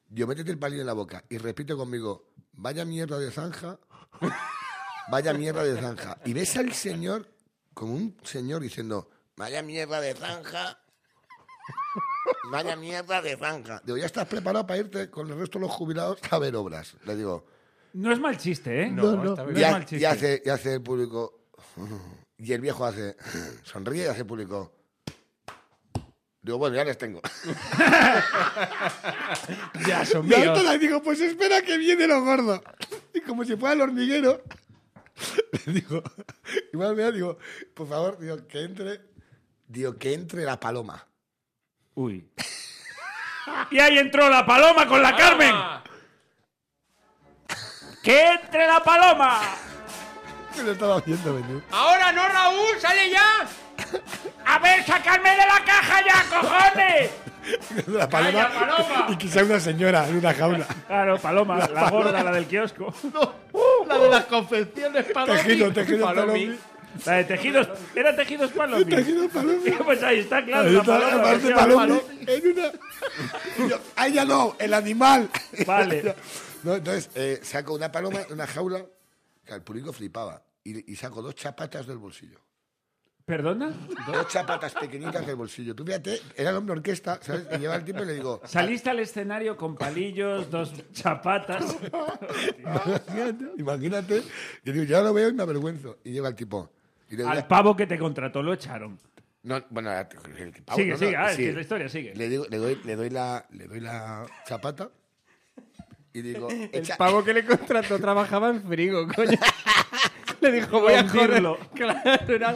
[SPEAKER 5] yo métete el palillo en la boca y repite conmigo, vaya mierda de zanja, vaya mierda de zanja. Y ves al señor como un señor diciendo, vaya mierda de zanja, vaya mierda de zanja. Digo, ya estás preparado para irte con el resto de los jubilados a ver obras. Le digo,
[SPEAKER 4] No es mal chiste, ¿eh?
[SPEAKER 3] No, no. está bien.
[SPEAKER 4] No
[SPEAKER 5] y,
[SPEAKER 4] es
[SPEAKER 5] ha-
[SPEAKER 4] mal
[SPEAKER 5] y
[SPEAKER 4] chiste.
[SPEAKER 5] hace, y hace el público. Y el viejo hace. Sonríe y hace el público. Digo, bueno, ya les tengo.
[SPEAKER 7] Ya son
[SPEAKER 5] Y ahorita les digo, pues espera que viene lo gordo. Y como si fuera el hormiguero, le digo, igual me da, digo, por favor, digo, que entre. Digo, que entre la paloma.
[SPEAKER 4] Uy. Y ahí entró la paloma con la Carmen. ¡Que entre la paloma!
[SPEAKER 5] Que lo estaba viendo venir.
[SPEAKER 4] Ah,
[SPEAKER 8] Ahora no, Raúl, sale ya.
[SPEAKER 4] ¡A ver, sacarme de la caja ya, cojones!
[SPEAKER 5] La paloma. Y quizá una señora en una jaula.
[SPEAKER 4] Claro, paloma, la, gorda, la del kiosco.
[SPEAKER 2] La de las confecciones para
[SPEAKER 5] Tejido, tejido, palomi.
[SPEAKER 4] La de tejidos. Era tejidos palomi.
[SPEAKER 5] Tejido, palomi.
[SPEAKER 4] Pues ahí está, claro.
[SPEAKER 5] Ahí
[SPEAKER 4] la
[SPEAKER 5] está,
[SPEAKER 4] paloma,
[SPEAKER 5] aparte
[SPEAKER 4] que se llama
[SPEAKER 5] Paloma, en una- Y yo, "Ah, ya no, el animal.
[SPEAKER 4] Vale.
[SPEAKER 5] No, entonces, eh, saco una paloma, una jaula, que al público flipaba. Y, y saco dos chapatas del bolsillo.
[SPEAKER 4] ¿Perdona?
[SPEAKER 5] Dos chapatas pequeñitas del bolsillo. Tú fíjate, era el hombre orquesta, ¿sabes? Y lleva el tipo y le digo,
[SPEAKER 4] Saliste al escenario con palillos, dos chapatas.
[SPEAKER 5] imagínate, imagínate. Y digo, yo lo veo y me avergüenzo. Y lleva el tipo. Y le digo,
[SPEAKER 4] Al pavo que te contrató lo echaron.
[SPEAKER 5] no, bueno, el pavo,
[SPEAKER 4] sigue,
[SPEAKER 5] no, no,
[SPEAKER 4] sigue. ah, es
[SPEAKER 5] sí.
[SPEAKER 4] que la historia sigue.
[SPEAKER 5] Le, digo- le doy, le, doy la, le doy la chapata y digo,
[SPEAKER 3] El
[SPEAKER 5] echa,
[SPEAKER 3] pavo que le contrató trabajaba en frigo, coño. Le dijo, voy a correr.
[SPEAKER 4] Hundirlo.
[SPEAKER 3] Claro, era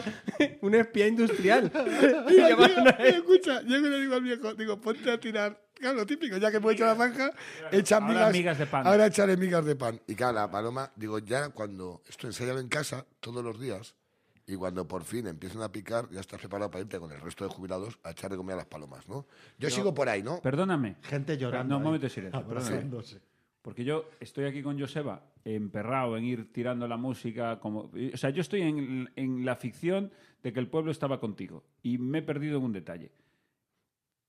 [SPEAKER 3] un espía industrial.
[SPEAKER 5] Y yo,
[SPEAKER 4] eh.
[SPEAKER 5] tío, escucha, yo le digo al viejo, digo, ponte a tirar. Claro, lo típico, ya que hemos hecho la manja, echan
[SPEAKER 4] Ahora
[SPEAKER 5] migas.
[SPEAKER 4] migas de pan.
[SPEAKER 5] Ahora echaré migas de pan. Y claro, la paloma, digo, ya cuando esto ensayado en casa todos los días y cuando por fin empiezan a picar, ya estás preparado para irte con el resto de jubilados a echar de comer a las palomas, ¿no? Yo sigo por ahí, ¿no?
[SPEAKER 4] Perdóname.
[SPEAKER 7] Gente llorando.
[SPEAKER 4] No, un
[SPEAKER 7] ahí,
[SPEAKER 4] momento de silencio,
[SPEAKER 2] Ah,
[SPEAKER 7] Abrazándose.
[SPEAKER 4] Porque yo estoy aquí con Joseba, emperrado en ir tirando la música. Como, o sea, yo estoy en, en la ficción de que el pueblo estaba contigo. Y me he perdido en un detalle.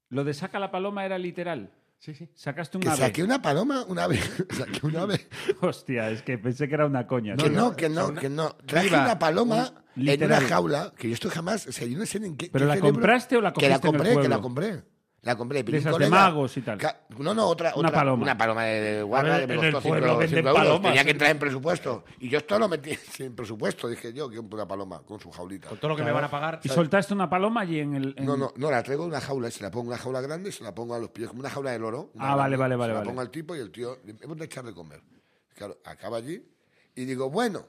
[SPEAKER 4] Lo de saca la paloma era literal.
[SPEAKER 7] Sí, sí.
[SPEAKER 4] Sacaste un
[SPEAKER 5] Que
[SPEAKER 4] ave.
[SPEAKER 5] saqué una paloma, un ave. saqué un ave.
[SPEAKER 4] Hostia, es que pensé que era una coña.
[SPEAKER 5] que no, que no, que no. Traje
[SPEAKER 3] Viva.
[SPEAKER 5] una paloma en una
[SPEAKER 4] Literal.
[SPEAKER 5] jaula, que yo esto jamás, o sea, yo no sé en qué.
[SPEAKER 4] ¿Pero
[SPEAKER 5] qué
[SPEAKER 4] la compraste o la
[SPEAKER 5] este Que la
[SPEAKER 4] cogiste en el
[SPEAKER 5] compré, que la
[SPEAKER 4] pueblo?
[SPEAKER 5] compré. La compré.
[SPEAKER 4] De esas de
[SPEAKER 5] Colega.
[SPEAKER 4] magos y tal.
[SPEAKER 5] Ca- No, no, otra.
[SPEAKER 4] Una
[SPEAKER 5] otra-
[SPEAKER 4] paloma.
[SPEAKER 5] Una paloma de, de
[SPEAKER 7] A
[SPEAKER 5] guarda
[SPEAKER 7] ver,
[SPEAKER 5] que me
[SPEAKER 7] en
[SPEAKER 5] costó
[SPEAKER 7] el pueblo
[SPEAKER 5] 5
[SPEAKER 7] venden
[SPEAKER 5] euros.
[SPEAKER 7] palomas.
[SPEAKER 5] Tenía
[SPEAKER 4] ¿eh?
[SPEAKER 5] que entrar en presupuesto. Y yo esto lo metí sin presupuesto. Dije yo, que una paloma con su jaulita.
[SPEAKER 3] Todo lo que me van a pagar.
[SPEAKER 4] Y soltaste una paloma allí en el. en-
[SPEAKER 5] No, no, no, la traigo en una jaula, se la pongo en una jaula grande, se la pongo a los pies, como una jaula de loro. una
[SPEAKER 4] Ah, vale,
[SPEAKER 5] grande,
[SPEAKER 4] vale, vale,
[SPEAKER 5] Se la
[SPEAKER 4] vale.
[SPEAKER 5] pongo al tipo y el tío, le- hemos de echar de comer. Claro, acaba allí y digo, bueno,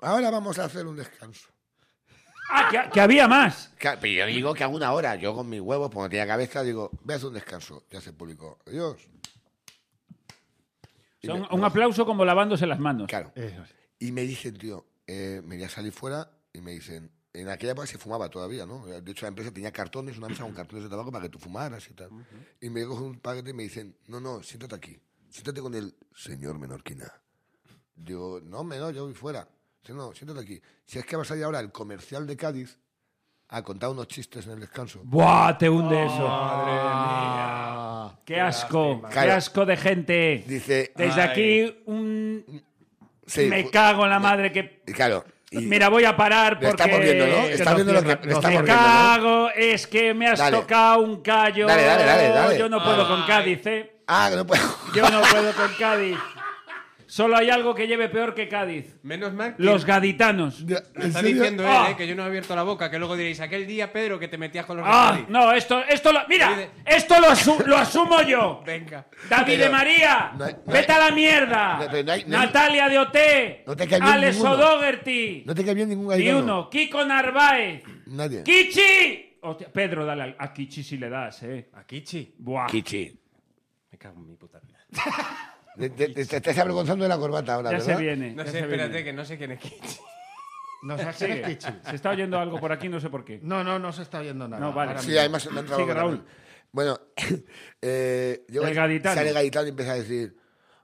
[SPEAKER 5] ahora vamos a hacer un descanso.
[SPEAKER 4] Ah, que, que había más.
[SPEAKER 5] Claro, pero yo digo que hago una hora, yo con mis huevos, porque no tenía cabeza, digo, voy a hacer un descanso. Ya se publicó. Adiós.
[SPEAKER 4] O sea,
[SPEAKER 5] Y
[SPEAKER 4] un,
[SPEAKER 5] me-
[SPEAKER 4] un aplauso como lavándose las manos.
[SPEAKER 5] Claro.
[SPEAKER 7] Eso es.
[SPEAKER 5] Y me dicen, tío, eh, me voy a salir fuera y me dicen, en aquella época se fumaba todavía, ¿no? De hecho, la empresa tenía cartones, una mesa con cartones de tabaco para que tú fumaras y tal. Y me cogen un paquete y me dicen, no, no, siéntate aquí. Siéntate con el señor Menorquina. Digo, no, hombre, no, yo voy fuera. Dice, no, siéntate aquí. Si es que vas a ir ahora al comercial de Cádiz a contar unos chistes en el descanso.
[SPEAKER 4] ¡Buah! Te hunde eso. ¡Qué asco! ¡Qué
[SPEAKER 5] Claro.
[SPEAKER 4] asco de gente!
[SPEAKER 5] Dice, "Ah,
[SPEAKER 4] Desde aquí, un.
[SPEAKER 5] sí,
[SPEAKER 4] me
[SPEAKER 5] fu-
[SPEAKER 4] cago en la madre que.
[SPEAKER 5] Y claro, Y-
[SPEAKER 4] Mira, voy a parar
[SPEAKER 5] Le
[SPEAKER 4] porque...
[SPEAKER 5] está mordiendo, ¿no?
[SPEAKER 4] que
[SPEAKER 5] Está
[SPEAKER 4] no
[SPEAKER 5] viendo lo que-
[SPEAKER 4] cierra.
[SPEAKER 5] le está
[SPEAKER 4] Me
[SPEAKER 5] mordiendo, ¿no?
[SPEAKER 4] cago, es que me has
[SPEAKER 5] Dale.
[SPEAKER 4] tocado un callo.
[SPEAKER 5] Dale, dale, dale, dale.
[SPEAKER 4] Yo no puedo con Cádiz, ¿eh?
[SPEAKER 5] Ah, que no puedo.
[SPEAKER 4] Yo no puedo con Cádiz. Solo hay algo que lleve peor que Cádiz.
[SPEAKER 3] Menos mal que
[SPEAKER 4] Los Ah. gaditanos.
[SPEAKER 3] lo está diciendo él, eh, que yo no he abierto la boca, que luego diréis, aquel día, Pedro, que te metías con los
[SPEAKER 4] Ah,
[SPEAKER 3] Cádiz".
[SPEAKER 4] no, esto, esto lo... Mira,
[SPEAKER 3] Oye,
[SPEAKER 4] esto lo, asu- lo asumo yo.
[SPEAKER 3] Venga.
[SPEAKER 4] David
[SPEAKER 5] Pero-
[SPEAKER 4] de María,
[SPEAKER 5] no hay- no
[SPEAKER 4] vete
[SPEAKER 5] hay-
[SPEAKER 4] a la mierda.
[SPEAKER 5] No, pero no hay- no hay-
[SPEAKER 4] Natalia de Oté,
[SPEAKER 5] No te cae bien
[SPEAKER 4] Alex
[SPEAKER 5] ninguno.
[SPEAKER 4] O'Dougherty,
[SPEAKER 5] No te cae bien ningún
[SPEAKER 4] ni
[SPEAKER 5] gaditano.
[SPEAKER 4] uno, Kiko Narváez,
[SPEAKER 5] Nadie.
[SPEAKER 4] Kichi. Hostia, Pedro, dale al- a Kichi si le das, eh.
[SPEAKER 3] A Kichi.
[SPEAKER 4] Buah.
[SPEAKER 5] Kichi.
[SPEAKER 3] Me cago en mi puta vida.
[SPEAKER 5] Te, te- te- te estás avergonzando de la corbata ahora,
[SPEAKER 4] Ya
[SPEAKER 5] ¿verdad?
[SPEAKER 4] se viene.
[SPEAKER 3] No
[SPEAKER 4] ya
[SPEAKER 3] sé,
[SPEAKER 4] se viene.
[SPEAKER 3] espérate, que no sé quién es Kichi.
[SPEAKER 2] No se hace
[SPEAKER 4] Sigue.
[SPEAKER 2] Kichi.
[SPEAKER 4] Se está oyendo algo por aquí, no sé por qué.
[SPEAKER 2] No, no, no se está viendo nada.
[SPEAKER 4] No, vale.
[SPEAKER 2] Ahora
[SPEAKER 5] Sí,
[SPEAKER 2] mismo.
[SPEAKER 5] además me ha entrado
[SPEAKER 4] Sigue,
[SPEAKER 5] algo
[SPEAKER 4] Raúl.
[SPEAKER 5] también. Bueno, eh, llega-
[SPEAKER 4] El gaditano.
[SPEAKER 5] sale el gaditano y empieza a decir,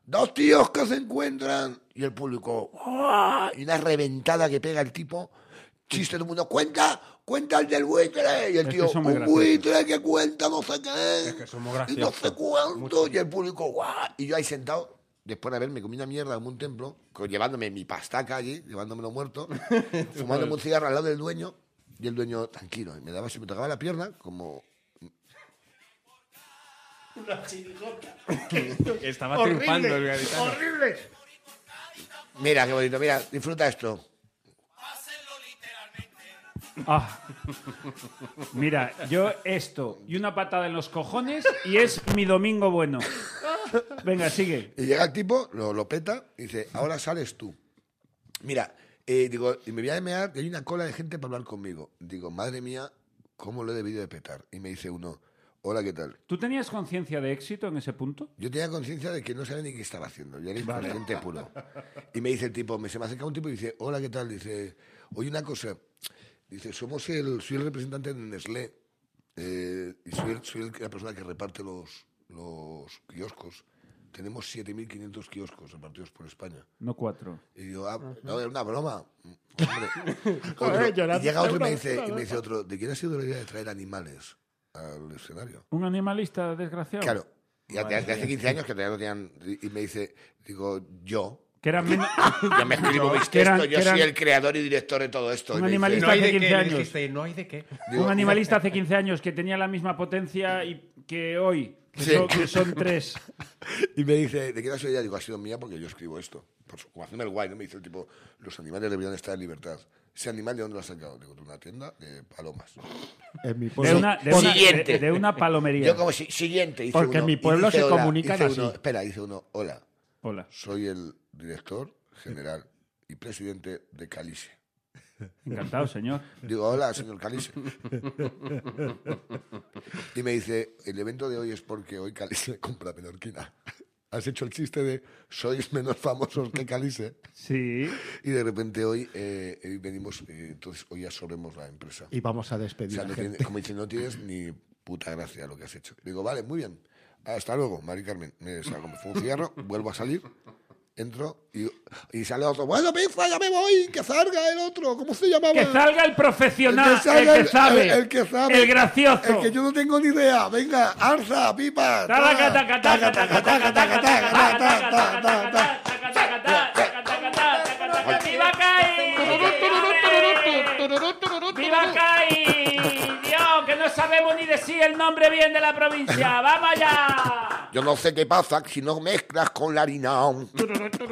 [SPEAKER 5] dos tíos que se encuentran, y el público, ¡ah! y una reventada que pega el tipo, chiste todo el mundo, cuenta, cuenta el del buitre, y el
[SPEAKER 4] que
[SPEAKER 5] tío,
[SPEAKER 4] son muy
[SPEAKER 5] un
[SPEAKER 4] graciosos".
[SPEAKER 5] buitre que cuenta no sé qué,
[SPEAKER 3] somos
[SPEAKER 5] y no sé cuánto, y el público, ¡guau! y yo ahí sentado, después de haberme comido una mierda en un templo, co- llevándome mi pastaca allí, llevándomelo muerto, fumándome un cigarro al lado del dueño, y el dueño, tranquilo, y me daba, si me tocaba la pierna, como
[SPEAKER 3] Estaba
[SPEAKER 4] Oh.
[SPEAKER 3] triunfando el
[SPEAKER 2] Horrible,
[SPEAKER 3] gaditano.
[SPEAKER 2] horrible.
[SPEAKER 5] Mira, qué bonito, mira, disfruta esto.
[SPEAKER 4] Ah. Mira, yo esto y una patada en los cojones y es mi domingo bueno. Venga, sigue.
[SPEAKER 5] Y llega el tipo, lo, lo peta, y dice, ahora sales tú. Mira, eh, digo, y me voy a mear, que hay una cola de gente para hablar conmigo. Digo, madre mía, ¿cómo lo he debido de petar? Y me dice uno, hola, ¿qué tal?
[SPEAKER 4] ¿Tú tenías conciencia de éxito en ese punto?
[SPEAKER 5] Yo tenía conciencia de que no sabía ni qué estaba haciendo, yo era inconsciente puro. Y me dice el tipo, me se me acerca un tipo y dice, hola, ¿qué tal? Dice, oye, una cosa, dice, somos el, soy el representante de Nestlé, eh, y soy, el- soy el- la persona que reparte los, los kioscos. Tenemos 7.500 kioscos repartidos por España.
[SPEAKER 4] No cuatro.
[SPEAKER 5] Y yo, ah, no, era una broma. Hombre.
[SPEAKER 2] Joder,
[SPEAKER 5] Otro- y
[SPEAKER 2] llorando.
[SPEAKER 5] llega otro y me,
[SPEAKER 2] Una
[SPEAKER 5] dice, y
[SPEAKER 2] broma.
[SPEAKER 5] me dice otro, ¿de quién ha sido la idea de traer animales al escenario?
[SPEAKER 4] ¿Un animalista desgraciado?
[SPEAKER 5] Claro. Y de- de hace 15 años que todavía no tenían. Y y me dice, digo, yo.
[SPEAKER 4] Que eran menos-
[SPEAKER 5] Ya me escribo mis
[SPEAKER 4] que eran-
[SPEAKER 5] textos, yo
[SPEAKER 4] que eran-
[SPEAKER 5] soy el creador y director de todo esto.
[SPEAKER 4] Un
[SPEAKER 5] Y me dice,
[SPEAKER 4] animalista.
[SPEAKER 3] No hay
[SPEAKER 4] hace
[SPEAKER 3] de
[SPEAKER 4] 15
[SPEAKER 3] qué,
[SPEAKER 4] años.
[SPEAKER 3] dijiste, no hay de qué.
[SPEAKER 5] digo,
[SPEAKER 4] un animalista hace 15 años que tenía la misma potencia y que hoy, que,
[SPEAKER 5] Sí.
[SPEAKER 4] son, que son tres.
[SPEAKER 5] Y me dice, ¿de qué era su idea? Digo, ha sido mía porque yo escribo esto. Por su, como haciendo el guay, ¿no? Me dice el tipo, los animales deberían estar en libertad. ¿Ese animal de dónde lo has sacado? Digo, de una tienda de palomas.
[SPEAKER 2] En mi
[SPEAKER 4] De
[SPEAKER 2] pueblo,
[SPEAKER 4] una, de una-
[SPEAKER 5] Siguiente.
[SPEAKER 4] de- de una palomería.
[SPEAKER 5] Yo como si- siguiente. dice
[SPEAKER 2] Porque
[SPEAKER 5] uno,
[SPEAKER 2] en mi
[SPEAKER 5] y
[SPEAKER 2] pueblo
[SPEAKER 5] dice
[SPEAKER 2] se
[SPEAKER 5] hola,
[SPEAKER 2] comunican
[SPEAKER 5] dice uno,
[SPEAKER 2] así.
[SPEAKER 5] espera, dice uno, hola,
[SPEAKER 4] Hola.
[SPEAKER 5] soy el director general y presidente de Calice.
[SPEAKER 4] Encantado, señor.
[SPEAKER 5] Digo, hola, señor Calice. y me dice, el evento de hoy es porque hoy Calice compra menorquina. Has hecho el chiste de sois menos famosos que Calice
[SPEAKER 4] Sí.
[SPEAKER 5] y de repente hoy eh, eh, venimos, eh, entonces hoy absorbemos la empresa.
[SPEAKER 2] Y vamos a
[SPEAKER 5] O
[SPEAKER 2] despedir
[SPEAKER 5] sea,
[SPEAKER 2] a
[SPEAKER 5] no
[SPEAKER 2] gente.
[SPEAKER 5] tiene- como dice, no tienes ni puta gracia lo que has hecho. Digo, vale, muy bien. Hasta luego, Mari Carmen. Me saco, me fumo un cigarro, vuelvo a salir, entro y, y sale otro. Bueno, pizza, ya me voy, que salga el otro. ¿Cómo se llamaba?
[SPEAKER 4] Que salga el profesional, el que,
[SPEAKER 5] salga el-
[SPEAKER 4] sabe,
[SPEAKER 5] el- el que sabe.
[SPEAKER 4] el gracioso.
[SPEAKER 5] El que yo no tengo ni idea. Venga, alza, pipa. ta,
[SPEAKER 4] Taca, taca, taca, taca,
[SPEAKER 5] taca, taca,
[SPEAKER 4] taca, taca,
[SPEAKER 5] taca, taca,
[SPEAKER 4] taca,
[SPEAKER 5] taca,
[SPEAKER 4] taca, taca,
[SPEAKER 5] taca,
[SPEAKER 4] taca,
[SPEAKER 5] taca, taca.
[SPEAKER 4] taca, taca, taca, taca, taca, taca. ¡Viva Kai! ¡Viva Kai! ¡Dios, que no sabemos ni decir el nombre bien de la provincia! ¡Vamos allá!
[SPEAKER 5] Yo no sé qué pasa si no mezclas con la harina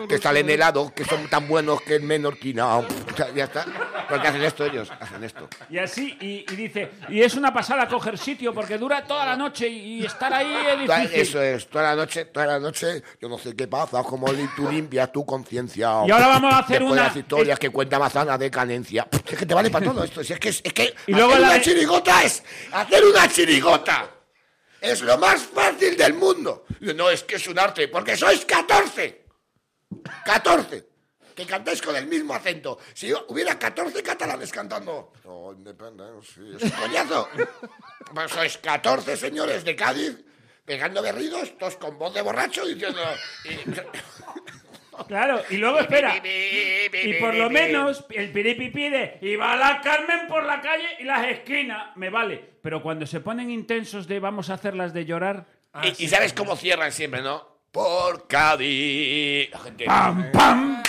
[SPEAKER 5] que salen helados que son tan buenos que el menorquina. O sea, ya está. Porque hacen esto ellos, hacen esto.
[SPEAKER 4] Y así, y, y dice, y es una pasada coger sitio porque dura toda la noche y, y estar ahí es
[SPEAKER 5] Toda-
[SPEAKER 4] difícil.
[SPEAKER 5] Eso es, toda la noche, toda la noche, yo no sé qué pasa, como li- tú limpias tu conciencia.
[SPEAKER 4] Y ahora vamos a hacer
[SPEAKER 5] Después
[SPEAKER 4] una-
[SPEAKER 5] las historias que cuenta Mazana de canencia. Es que te vale para todo esto, si es que... Es es que
[SPEAKER 4] Y luego
[SPEAKER 5] hacer
[SPEAKER 4] la
[SPEAKER 5] una
[SPEAKER 4] de-
[SPEAKER 5] chirigota es... ¡Hacer una chirigota! Es lo más fácil del mundo. Y yo, No, es que es un arte, porque sois 14. 14. Que cantáis con el mismo acento. Si hubiera 14 catalanes cantando... No, independencia, es un coñazo. Pues sois 14 señores de Cádiz pegando berridos, todos con voz de borracho, diciendo... y-
[SPEAKER 4] Claro, y luego espera. Y por lo menos el piripi pide y va la Carmen por la calle y las esquinas, me vale. Pero cuando se ponen intensos de vamos a hacerlas de llorar,
[SPEAKER 7] Ah,
[SPEAKER 5] y, y sabes cómo cierran
[SPEAKER 7] Ah,
[SPEAKER 5] siempre, ¿no? Por Cádiz. La gente.
[SPEAKER 4] ¡pam, pam!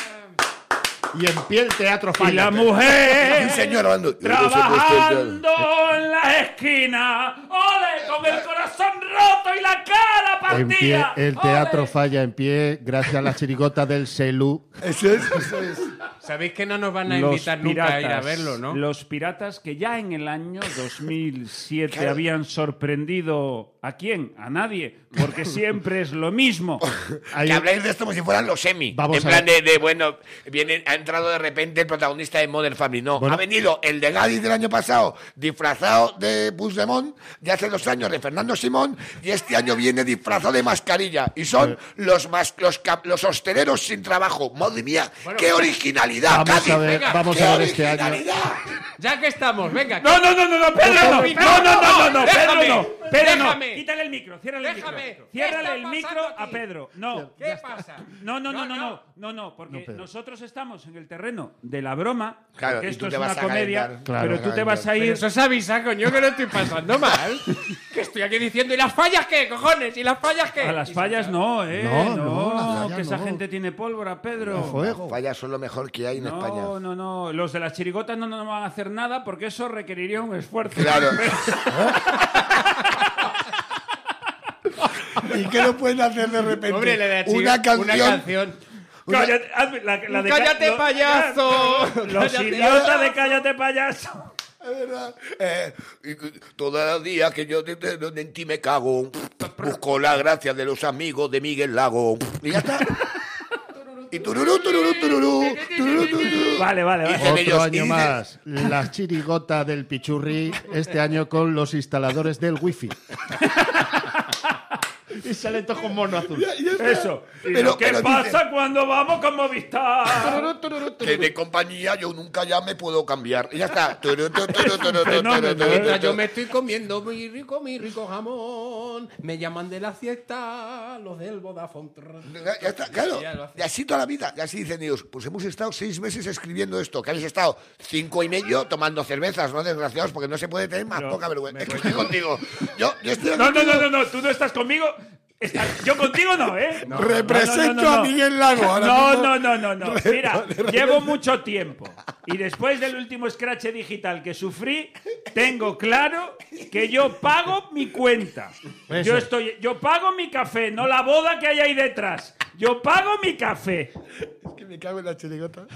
[SPEAKER 7] y en pie el teatro
[SPEAKER 4] Y la
[SPEAKER 7] falla.
[SPEAKER 4] mujer.
[SPEAKER 5] Un señor hablando. Yo no sé qué estoy
[SPEAKER 4] Trabajando en las esquinas. ¡Ole! Con el corazón roto y la cara
[SPEAKER 7] En pie,
[SPEAKER 4] partida.
[SPEAKER 7] el teatro falla en pie gracias a la chirigota del Selú.
[SPEAKER 5] Eso es, eso es.
[SPEAKER 3] Sabéis que no nos van a invitar nunca a ir a verlo, ¿no?
[SPEAKER 4] Los piratas que ya en el año 2007 habían sorprendido a quién, a nadie, porque siempre es lo mismo.
[SPEAKER 7] Hay-
[SPEAKER 9] Que habláis de esto como si fueran los semi.
[SPEAKER 7] Vamos
[SPEAKER 9] en
[SPEAKER 7] a
[SPEAKER 9] plan
[SPEAKER 7] ver.
[SPEAKER 9] de, de, bueno, viene, ha entrado de repente el protagonista de Modern Family. No,
[SPEAKER 7] Bueno.
[SPEAKER 9] ha venido el de Gadis del año pasado, disfrazado de Puigdemont, de hace dos años de Fernando Simón, y este año viene disfrazado de mascarilla. Y
[SPEAKER 7] Eh.
[SPEAKER 9] son los, mas, los, cap- los hosteleros sin trabajo. Madre mía, qué originalidad,
[SPEAKER 7] Vamos
[SPEAKER 9] Cádiz,
[SPEAKER 7] a ver,
[SPEAKER 9] venga,
[SPEAKER 7] vamos
[SPEAKER 9] qué
[SPEAKER 7] a ver este año.
[SPEAKER 9] originalidad.
[SPEAKER 3] Ya que estamos, venga.
[SPEAKER 4] No, no, no, no, no, Pedro no. No, no, no, no, no, Pedro no.
[SPEAKER 3] Déjame,
[SPEAKER 4] Pedro no.
[SPEAKER 3] déjame.
[SPEAKER 4] Quítale el micro, ciérrale el
[SPEAKER 3] Déjame.
[SPEAKER 4] micro.
[SPEAKER 3] ¿Qué
[SPEAKER 4] Ciérrale
[SPEAKER 3] está
[SPEAKER 4] el micro
[SPEAKER 3] pasando
[SPEAKER 4] a
[SPEAKER 3] aquí?
[SPEAKER 4] Pedro. No.
[SPEAKER 3] ¿Qué pasa?
[SPEAKER 4] No, no, no, no, no, no, no, porque
[SPEAKER 7] Pedro.
[SPEAKER 4] nosotros estamos en el terreno de la broma,
[SPEAKER 5] Claro,
[SPEAKER 4] porque
[SPEAKER 5] y
[SPEAKER 4] esto
[SPEAKER 5] tú te
[SPEAKER 4] es una
[SPEAKER 5] vas a
[SPEAKER 4] comedia,
[SPEAKER 5] calentar.
[SPEAKER 7] Claro.
[SPEAKER 4] pero tú te vas a
[SPEAKER 3] Pero
[SPEAKER 4] ir
[SPEAKER 3] eso es avisa, coño, que lo estoy pasando mal. que estoy aquí diciendo, ¿y las fallas qué, cojones? ¿Y las fallas qué?
[SPEAKER 4] a las fallas, no, eh,
[SPEAKER 7] No,
[SPEAKER 4] no,
[SPEAKER 7] no, las fallas
[SPEAKER 4] que esa
[SPEAKER 7] no.
[SPEAKER 4] gente tiene pólvora, Pedro.
[SPEAKER 7] Fuego.
[SPEAKER 5] Fallas son lo mejor que hay en España.
[SPEAKER 4] No, no, no. Los de las chirigotas no, no van a hacer nada porque eso requeriría un esfuerzo.
[SPEAKER 5] Claro. ¿Y qué no pueden hacer de repente?
[SPEAKER 3] Hombre, le da chico,
[SPEAKER 5] una canción.
[SPEAKER 3] Una canción.
[SPEAKER 5] una-
[SPEAKER 4] Cállate, hazme la- la de ca-
[SPEAKER 3] ¡Cállate,
[SPEAKER 4] lo-
[SPEAKER 3] payaso!
[SPEAKER 4] Los
[SPEAKER 3] Cállate.
[SPEAKER 4] idiotas de cállate payaso.
[SPEAKER 5] Es verdad. Eh, y cu- todo el día que yo te- te- te- en ti me cago, busco la gracia de los amigos de Miguel Lago. Y ya está. Y tururú, tururú, tururú, tururú, tururú.
[SPEAKER 4] Vale, vale,
[SPEAKER 5] Y
[SPEAKER 4] vale.
[SPEAKER 5] dicen ellos,
[SPEAKER 7] Otro
[SPEAKER 5] y
[SPEAKER 7] año
[SPEAKER 5] dicen-
[SPEAKER 7] más. La chirigota del Pichurri, este año con los instaladores del wifi. y salen todos con mono azul.
[SPEAKER 4] Eso. ¿Y
[SPEAKER 5] Pero-
[SPEAKER 4] lo que
[SPEAKER 5] pero
[SPEAKER 4] pasa
[SPEAKER 5] dice-
[SPEAKER 4] cuando vamos con Movistar?
[SPEAKER 5] Que de compañía yo nunca ya me puedo cambiar. Y ya está. Tururú, tururú, tururú, tururú,
[SPEAKER 4] Fenómeno,
[SPEAKER 5] tururú,
[SPEAKER 3] Mientras yo
[SPEAKER 5] tururú.
[SPEAKER 3] me estoy comiendo mi rico, mi rico jamón, me llaman de la siesta los del Vodafone.
[SPEAKER 5] Ya está, claro.
[SPEAKER 3] Ya lo hace.
[SPEAKER 5] Y así toda la vida. Y así dicen ellos, pues hemos estado seis meses escribiendo esto, que habéis estado cinco y medio tomando cervezas, ¿no? Desgraciados, porque no se puede tener más
[SPEAKER 4] Yo
[SPEAKER 5] poca vergüenza.
[SPEAKER 4] me
[SPEAKER 5] Es que estoy contigo. Yo, yo estoy
[SPEAKER 4] No, no,
[SPEAKER 5] contigo.
[SPEAKER 4] no, no, no. Tú no estás conmigo. Estás- Yo contigo no, ¿eh? No, no, no,
[SPEAKER 5] Represento
[SPEAKER 4] no, no, no.
[SPEAKER 5] a Miguel Lago. ahora
[SPEAKER 4] No,
[SPEAKER 5] mismo.
[SPEAKER 4] no, no, no, no. Mira, llevo mucho tiempo. Y después del último scratch digital que sufrí, tengo claro que yo pago mi cuenta. Yo estoy, yo pago mi café, no la boda que hay ahí detrás. Yo pago mi café.
[SPEAKER 5] Es que me cago en la chirigota.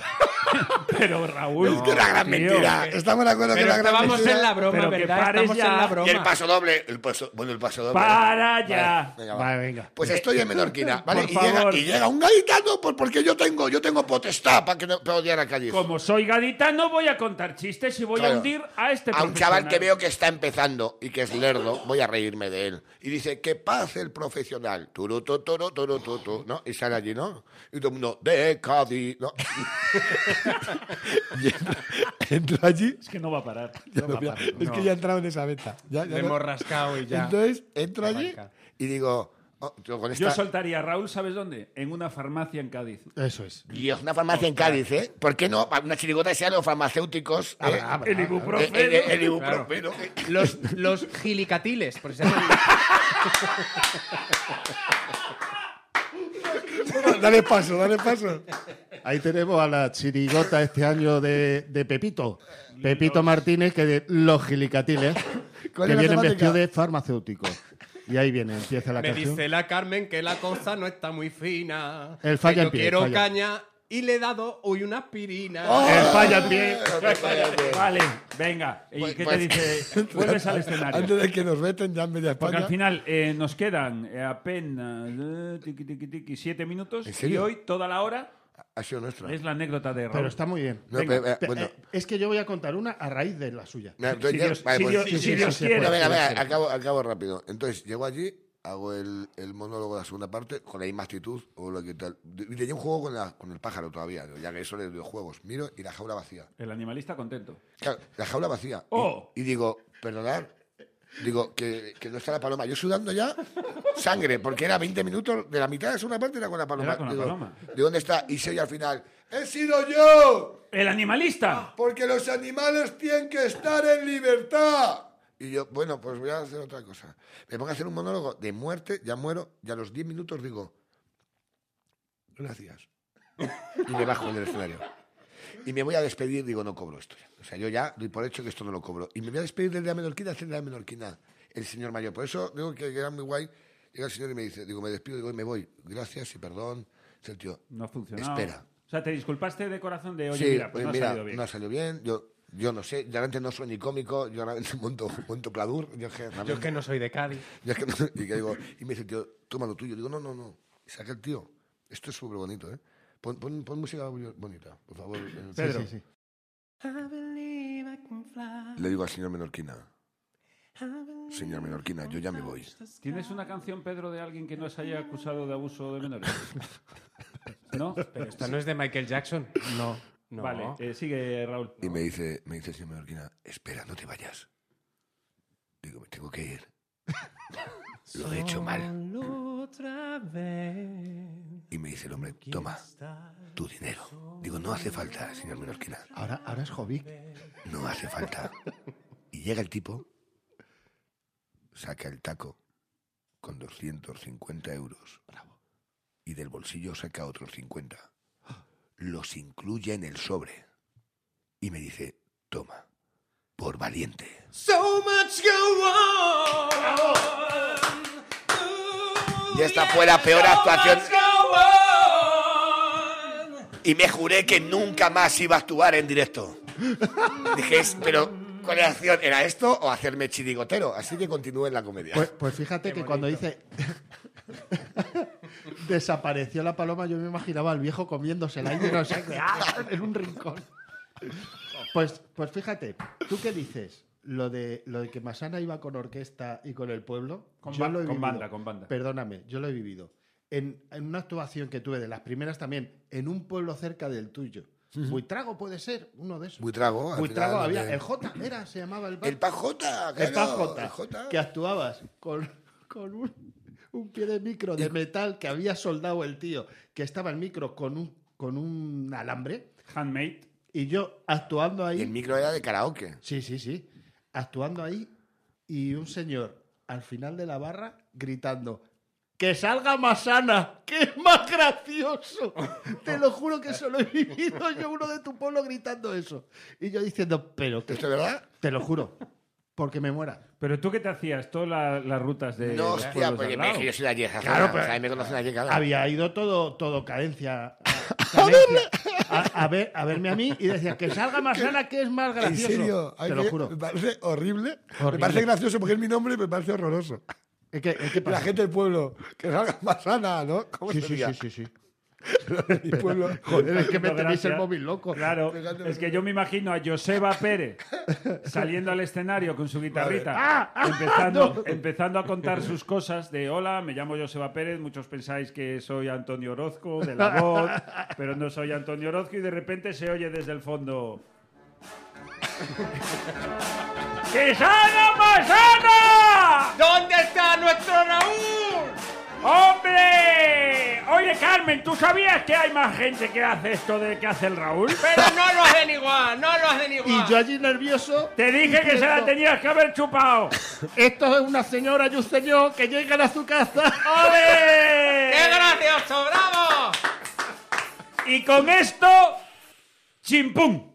[SPEAKER 4] Pero Raúl,
[SPEAKER 5] es que era gran
[SPEAKER 4] tío,
[SPEAKER 5] mentira. Estamos de acuerdo que
[SPEAKER 3] Pero
[SPEAKER 5] era gran
[SPEAKER 3] estábamos
[SPEAKER 5] mentira.
[SPEAKER 3] en la broma,
[SPEAKER 4] Pero que
[SPEAKER 3] ¿verdad?
[SPEAKER 4] pares
[SPEAKER 3] Estamos
[SPEAKER 4] ya.
[SPEAKER 3] en la
[SPEAKER 9] Y el
[SPEAKER 3] broma.
[SPEAKER 9] paso doble. El paso, bueno, el paso doble.
[SPEAKER 4] para ya.
[SPEAKER 5] Venga, va.
[SPEAKER 7] Vale, venga.
[SPEAKER 5] Pues estoy en Menorquina, ¿vale?
[SPEAKER 4] Por
[SPEAKER 5] Y llega,
[SPEAKER 4] favor.
[SPEAKER 5] y llega un gaditano por- porque yo tengo, yo tengo potestad para que no para odiar a Calles.
[SPEAKER 4] Como soy gadita, no voy a contar chistes y voy a
[SPEAKER 5] Claro.
[SPEAKER 4] hundir a este
[SPEAKER 5] a un chaval
[SPEAKER 4] profesional.
[SPEAKER 5] que veo que está empezando y que es lerdo, voy a reírme de él. Y dice, que pase el profesional. Turu, tu, turu, turu, tu, tu, ¿no? Y sale allí, ¿no? Y todo el mundo, de Cádiz, ¿no? y entra, entra allí.
[SPEAKER 4] Es que no va a parar.
[SPEAKER 5] ya no, ya- es que ya he entrado en esa venta. Ya, ya
[SPEAKER 3] Le
[SPEAKER 5] no-
[SPEAKER 3] hemos rascado y ya.
[SPEAKER 5] Entonces, entro allí
[SPEAKER 3] Arranca.
[SPEAKER 5] y digo, oh, yo con esta...
[SPEAKER 4] Yo soltaría a Raúl, ¿sabes dónde? En una farmacia en Cádiz.
[SPEAKER 7] Eso es.
[SPEAKER 5] Dios, una farmacia en Cádiz, ¿eh? ¿Por qué no? Una chirigota sea los farmacéuticos. eh,
[SPEAKER 4] El
[SPEAKER 5] eh,
[SPEAKER 4] ibuprofeno.
[SPEAKER 5] eh, el ibuprofeno.
[SPEAKER 3] Los, los gilicatiles, por si
[SPEAKER 5] Dale paso, dale paso.
[SPEAKER 7] Ahí tenemos a la chirigota este año de, de Pepito. Pepito Martínez, que de los gilicatiles,
[SPEAKER 5] ¿Cuál
[SPEAKER 7] que
[SPEAKER 5] es la
[SPEAKER 7] vienen
[SPEAKER 5] temática?
[SPEAKER 7] vestidos de farmacéuticos. Y ahí viene, empieza la
[SPEAKER 3] Me
[SPEAKER 7] canción.
[SPEAKER 3] dice la Carmen que la cosa no está muy fina.
[SPEAKER 7] El falla
[SPEAKER 3] que yo
[SPEAKER 7] en pie, Oh.
[SPEAKER 3] quiero
[SPEAKER 7] falla.
[SPEAKER 3] caña y le he dado hoy una aspirina.
[SPEAKER 7] El falla en pie.
[SPEAKER 4] Vale, venga. ¿Y
[SPEAKER 5] Pues-
[SPEAKER 4] qué
[SPEAKER 5] pues-
[SPEAKER 4] te dice? Vuelves al escenario.
[SPEAKER 5] Antes de que nos veten ya en media
[SPEAKER 4] Porque
[SPEAKER 5] España.
[SPEAKER 4] al final eh, nos quedan eh, apenas eh, tiqui, tiqui, tiqui, siete minutos
[SPEAKER 5] ¿En
[SPEAKER 4] y
[SPEAKER 5] serio?
[SPEAKER 4] hoy toda la hora
[SPEAKER 5] Ha sido nuestra.
[SPEAKER 4] es la anécdota de Raúl.
[SPEAKER 7] Pero está muy bien.
[SPEAKER 5] No,
[SPEAKER 4] Venga,
[SPEAKER 5] pero, eh,
[SPEAKER 7] Pe-
[SPEAKER 5] bueno.
[SPEAKER 7] eh, Es que yo voy a contar una a raíz de la suya.
[SPEAKER 5] No,
[SPEAKER 4] si
[SPEAKER 5] entonces ya-
[SPEAKER 4] Dios,
[SPEAKER 5] vale,
[SPEAKER 4] si
[SPEAKER 5] pues-
[SPEAKER 4] Dios-
[SPEAKER 7] sí, sí,
[SPEAKER 4] si Dios
[SPEAKER 7] sí, sí,
[SPEAKER 4] quiere.
[SPEAKER 5] Bueno, venga,
[SPEAKER 7] puede ser.
[SPEAKER 5] venga, acabo, acabo rápido. Entonces, llego allí, hago el, el monólogo de la segunda parte con la misma actitud o lo que tal. Y tenía un juego con, la- con el pájaro todavía, ya que eso de videojuegos. Miro y la jaula vacía.
[SPEAKER 4] El animalista contento.
[SPEAKER 5] Claro, la jaula vacía. Y-
[SPEAKER 4] Oh.
[SPEAKER 5] Y, digo, perdonad. Digo, que, que no está la paloma. Yo sudando ya sangre, porque era 20 minutos, de la mitad de la segunda parte era con la paloma.
[SPEAKER 4] Era con la
[SPEAKER 5] digo,
[SPEAKER 4] paloma.
[SPEAKER 5] ¿De dónde está? Y se oye al final, ¡he sido yo!
[SPEAKER 4] ¡El animalista!
[SPEAKER 5] Porque los animales tienen que estar en libertad. Y yo, bueno, pues voy a hacer otra cosa. Me pongo a hacer un monólogo de muerte, ya muero, y a los 10 minutos digo, gracias. Y me bajo del escenario. Y me voy a despedir, digo, no cobro esto. ya. O sea, yo ya doy por hecho que esto no lo cobro. Y me voy a despedir del de la menorquina, hacer de la menorquina, el señor mayor. Por eso digo que era muy guay. Llega el señor y me dice, digo, me despido, digo, me voy. Gracias y perdón. Dice el tío,
[SPEAKER 4] No ha funcionado.
[SPEAKER 5] Espera.
[SPEAKER 4] O sea, te disculpaste de corazón de, oye,
[SPEAKER 5] sí,
[SPEAKER 4] mira, pues
[SPEAKER 5] oye,
[SPEAKER 4] no ha
[SPEAKER 5] mira,
[SPEAKER 4] salido bien.
[SPEAKER 5] no ha salido bien. Yo, yo no sé, yo realmente no soy ni cómico, yo realmente monto, monto pladur. Yo es que,
[SPEAKER 3] Yo es
[SPEAKER 5] realmente-
[SPEAKER 3] que no soy de Cádiz.
[SPEAKER 5] yo es que no- y, que digo, y me dice el tío, toma lo tuyo. Digo, no, no, no. Y saca el tío. Esto es súper bonito, ¿eh? Pon, pon- pon música bonita, por favor. eh,
[SPEAKER 2] Pedro. Sí, sí, sí.
[SPEAKER 5] Le digo al señor Menorquina. Señor Menorquina, yo ya me voy.
[SPEAKER 4] ¿Tienes una canción, Pedro, de alguien que nos haya acusado de abuso de menores? ¿No?
[SPEAKER 3] Pero esta no es de Michael Jackson. No. no.
[SPEAKER 4] Vale, eh, sigue, Raúl.
[SPEAKER 5] Y me dice, me dice el señor Menorquina, espera, no te vayas. Digo, me tengo que ir. Lo he hecho mal.
[SPEAKER 3] Otra vez.
[SPEAKER 5] Y me dice el hombre, toma, tu dinero. Digo, no hace falta, señor Menorquina.
[SPEAKER 2] Ahora, ahora es Jovic.
[SPEAKER 5] No hace falta. Y llega el tipo, saca el taco con 250 euros. Y del bolsillo saca otros 50. Los incluye en el sobre. Y me dice, toma, por valiente.
[SPEAKER 3] So much go on.
[SPEAKER 5] Y esta fue la peor actuación. Y me juré que nunca más iba a actuar en directo. Dije, "Es- pero ¿cuál era la acción? ¿Era esto o hacerme chirigotero? Así que continúe en la comedia.
[SPEAKER 2] Pues, pues fíjate que cuando dice. Desapareció la paloma, yo me imaginaba al viejo comiéndosela y no sé qué, ¡ah! en un rincón. Pues, pues fíjate, ¿tú qué dices? Lo de, lo de que Masana iba con orquesta y con el pueblo.
[SPEAKER 4] Con
[SPEAKER 2] yo
[SPEAKER 4] ba-
[SPEAKER 2] lo he
[SPEAKER 4] con
[SPEAKER 2] vivido.
[SPEAKER 4] banda, con banda.
[SPEAKER 2] Perdóname, yo lo he vivido. En, en una actuación que tuve, de las primeras también, en un pueblo cerca del tuyo. Buitrago puede ser uno de esos.
[SPEAKER 5] Buitrago, al
[SPEAKER 2] Buitrago
[SPEAKER 5] final, eh,
[SPEAKER 2] había.
[SPEAKER 5] donde-
[SPEAKER 2] El J, era, se llamaba el bar.
[SPEAKER 5] El Pajota,
[SPEAKER 2] El
[SPEAKER 5] claro,
[SPEAKER 2] Pajota,
[SPEAKER 5] el Jota.
[SPEAKER 2] que actuabas con, con un, un pie de micro de metal que había soldado el tío, que estaba el micro con un, con un alambre,
[SPEAKER 4] Handmade.
[SPEAKER 2] y yo actuando
[SPEAKER 5] Y el
[SPEAKER 2] ahí.
[SPEAKER 5] micro era de karaoke.
[SPEAKER 2] Sí, sí, sí. Actuando ahí, y un señor al final de la barra gritando. ¡Que salga más sana! ¡Que es más gracioso! Te lo juro que solo he vivido yo uno de tu pueblo gritando eso. Y yo diciendo, pero que...
[SPEAKER 5] ¿Esto es verdad?
[SPEAKER 2] Te lo juro. Porque me muera.
[SPEAKER 4] Pero tú qué te hacías, todas la- las rutas de.
[SPEAKER 5] No,
[SPEAKER 4] los
[SPEAKER 5] hostia,
[SPEAKER 4] pueblos de
[SPEAKER 5] porque
[SPEAKER 4] al
[SPEAKER 5] me,
[SPEAKER 4] lado?
[SPEAKER 5] yo soy de allí.
[SPEAKER 2] Claro,
[SPEAKER 5] o sea,
[SPEAKER 2] pero-
[SPEAKER 5] me conocen allí cada
[SPEAKER 2] había ido todo, todo cadencia. cadencia, A, a ver, a verme a mí y decía que salga más sana que es más
[SPEAKER 5] ¿En
[SPEAKER 2] gracioso.
[SPEAKER 5] serio? Ay,
[SPEAKER 2] Te lo
[SPEAKER 5] me-
[SPEAKER 2] juro.
[SPEAKER 5] Me parece horrible. Me
[SPEAKER 2] Horrible.
[SPEAKER 5] parece gracioso porque es mi nombre y me parece horroroso.
[SPEAKER 2] Es que, es que
[SPEAKER 5] La
[SPEAKER 2] pasa.
[SPEAKER 5] gente del pueblo, que salga más sana, ¿no? ¿Cómo
[SPEAKER 2] Sí, sí,
[SPEAKER 5] sería?
[SPEAKER 2] sí, sí, sí.
[SPEAKER 5] Mi pueblo.
[SPEAKER 2] Joder, es que me
[SPEAKER 4] Haciendo
[SPEAKER 2] tenéis el
[SPEAKER 4] gracia.
[SPEAKER 2] móvil loco.
[SPEAKER 4] Claro,
[SPEAKER 5] Fíjate,
[SPEAKER 4] es que yo me imagino a Joseba Pérez saliendo al escenario con su guitarrita, empezando, empezando a contar sus cosas de hola, me llamo Joseba Pérez, muchos pensáis que soy Antonio Orozco de la voz, pero no soy Antonio Orozco y de repente se oye desde el fondo. ¡Que salga Masana!
[SPEAKER 3] ¿Dónde está nuestro Raúl?
[SPEAKER 4] ¡Hombre! Oye, Carmen, ¿tú sabías que hay más gente que hace esto de que hace el Raúl?
[SPEAKER 3] Pero no lo hacen igual, no lo hacen igual.
[SPEAKER 2] Y yo allí nervioso.
[SPEAKER 4] Te dije que se la
[SPEAKER 2] diciendo,
[SPEAKER 4] tenías que haber chupado.
[SPEAKER 2] Esto es una señora y un señor que llegan a su casa.
[SPEAKER 4] ¡Ole!
[SPEAKER 3] ¡Qué gracioso, bravo!
[SPEAKER 4] Y con esto, chimpum.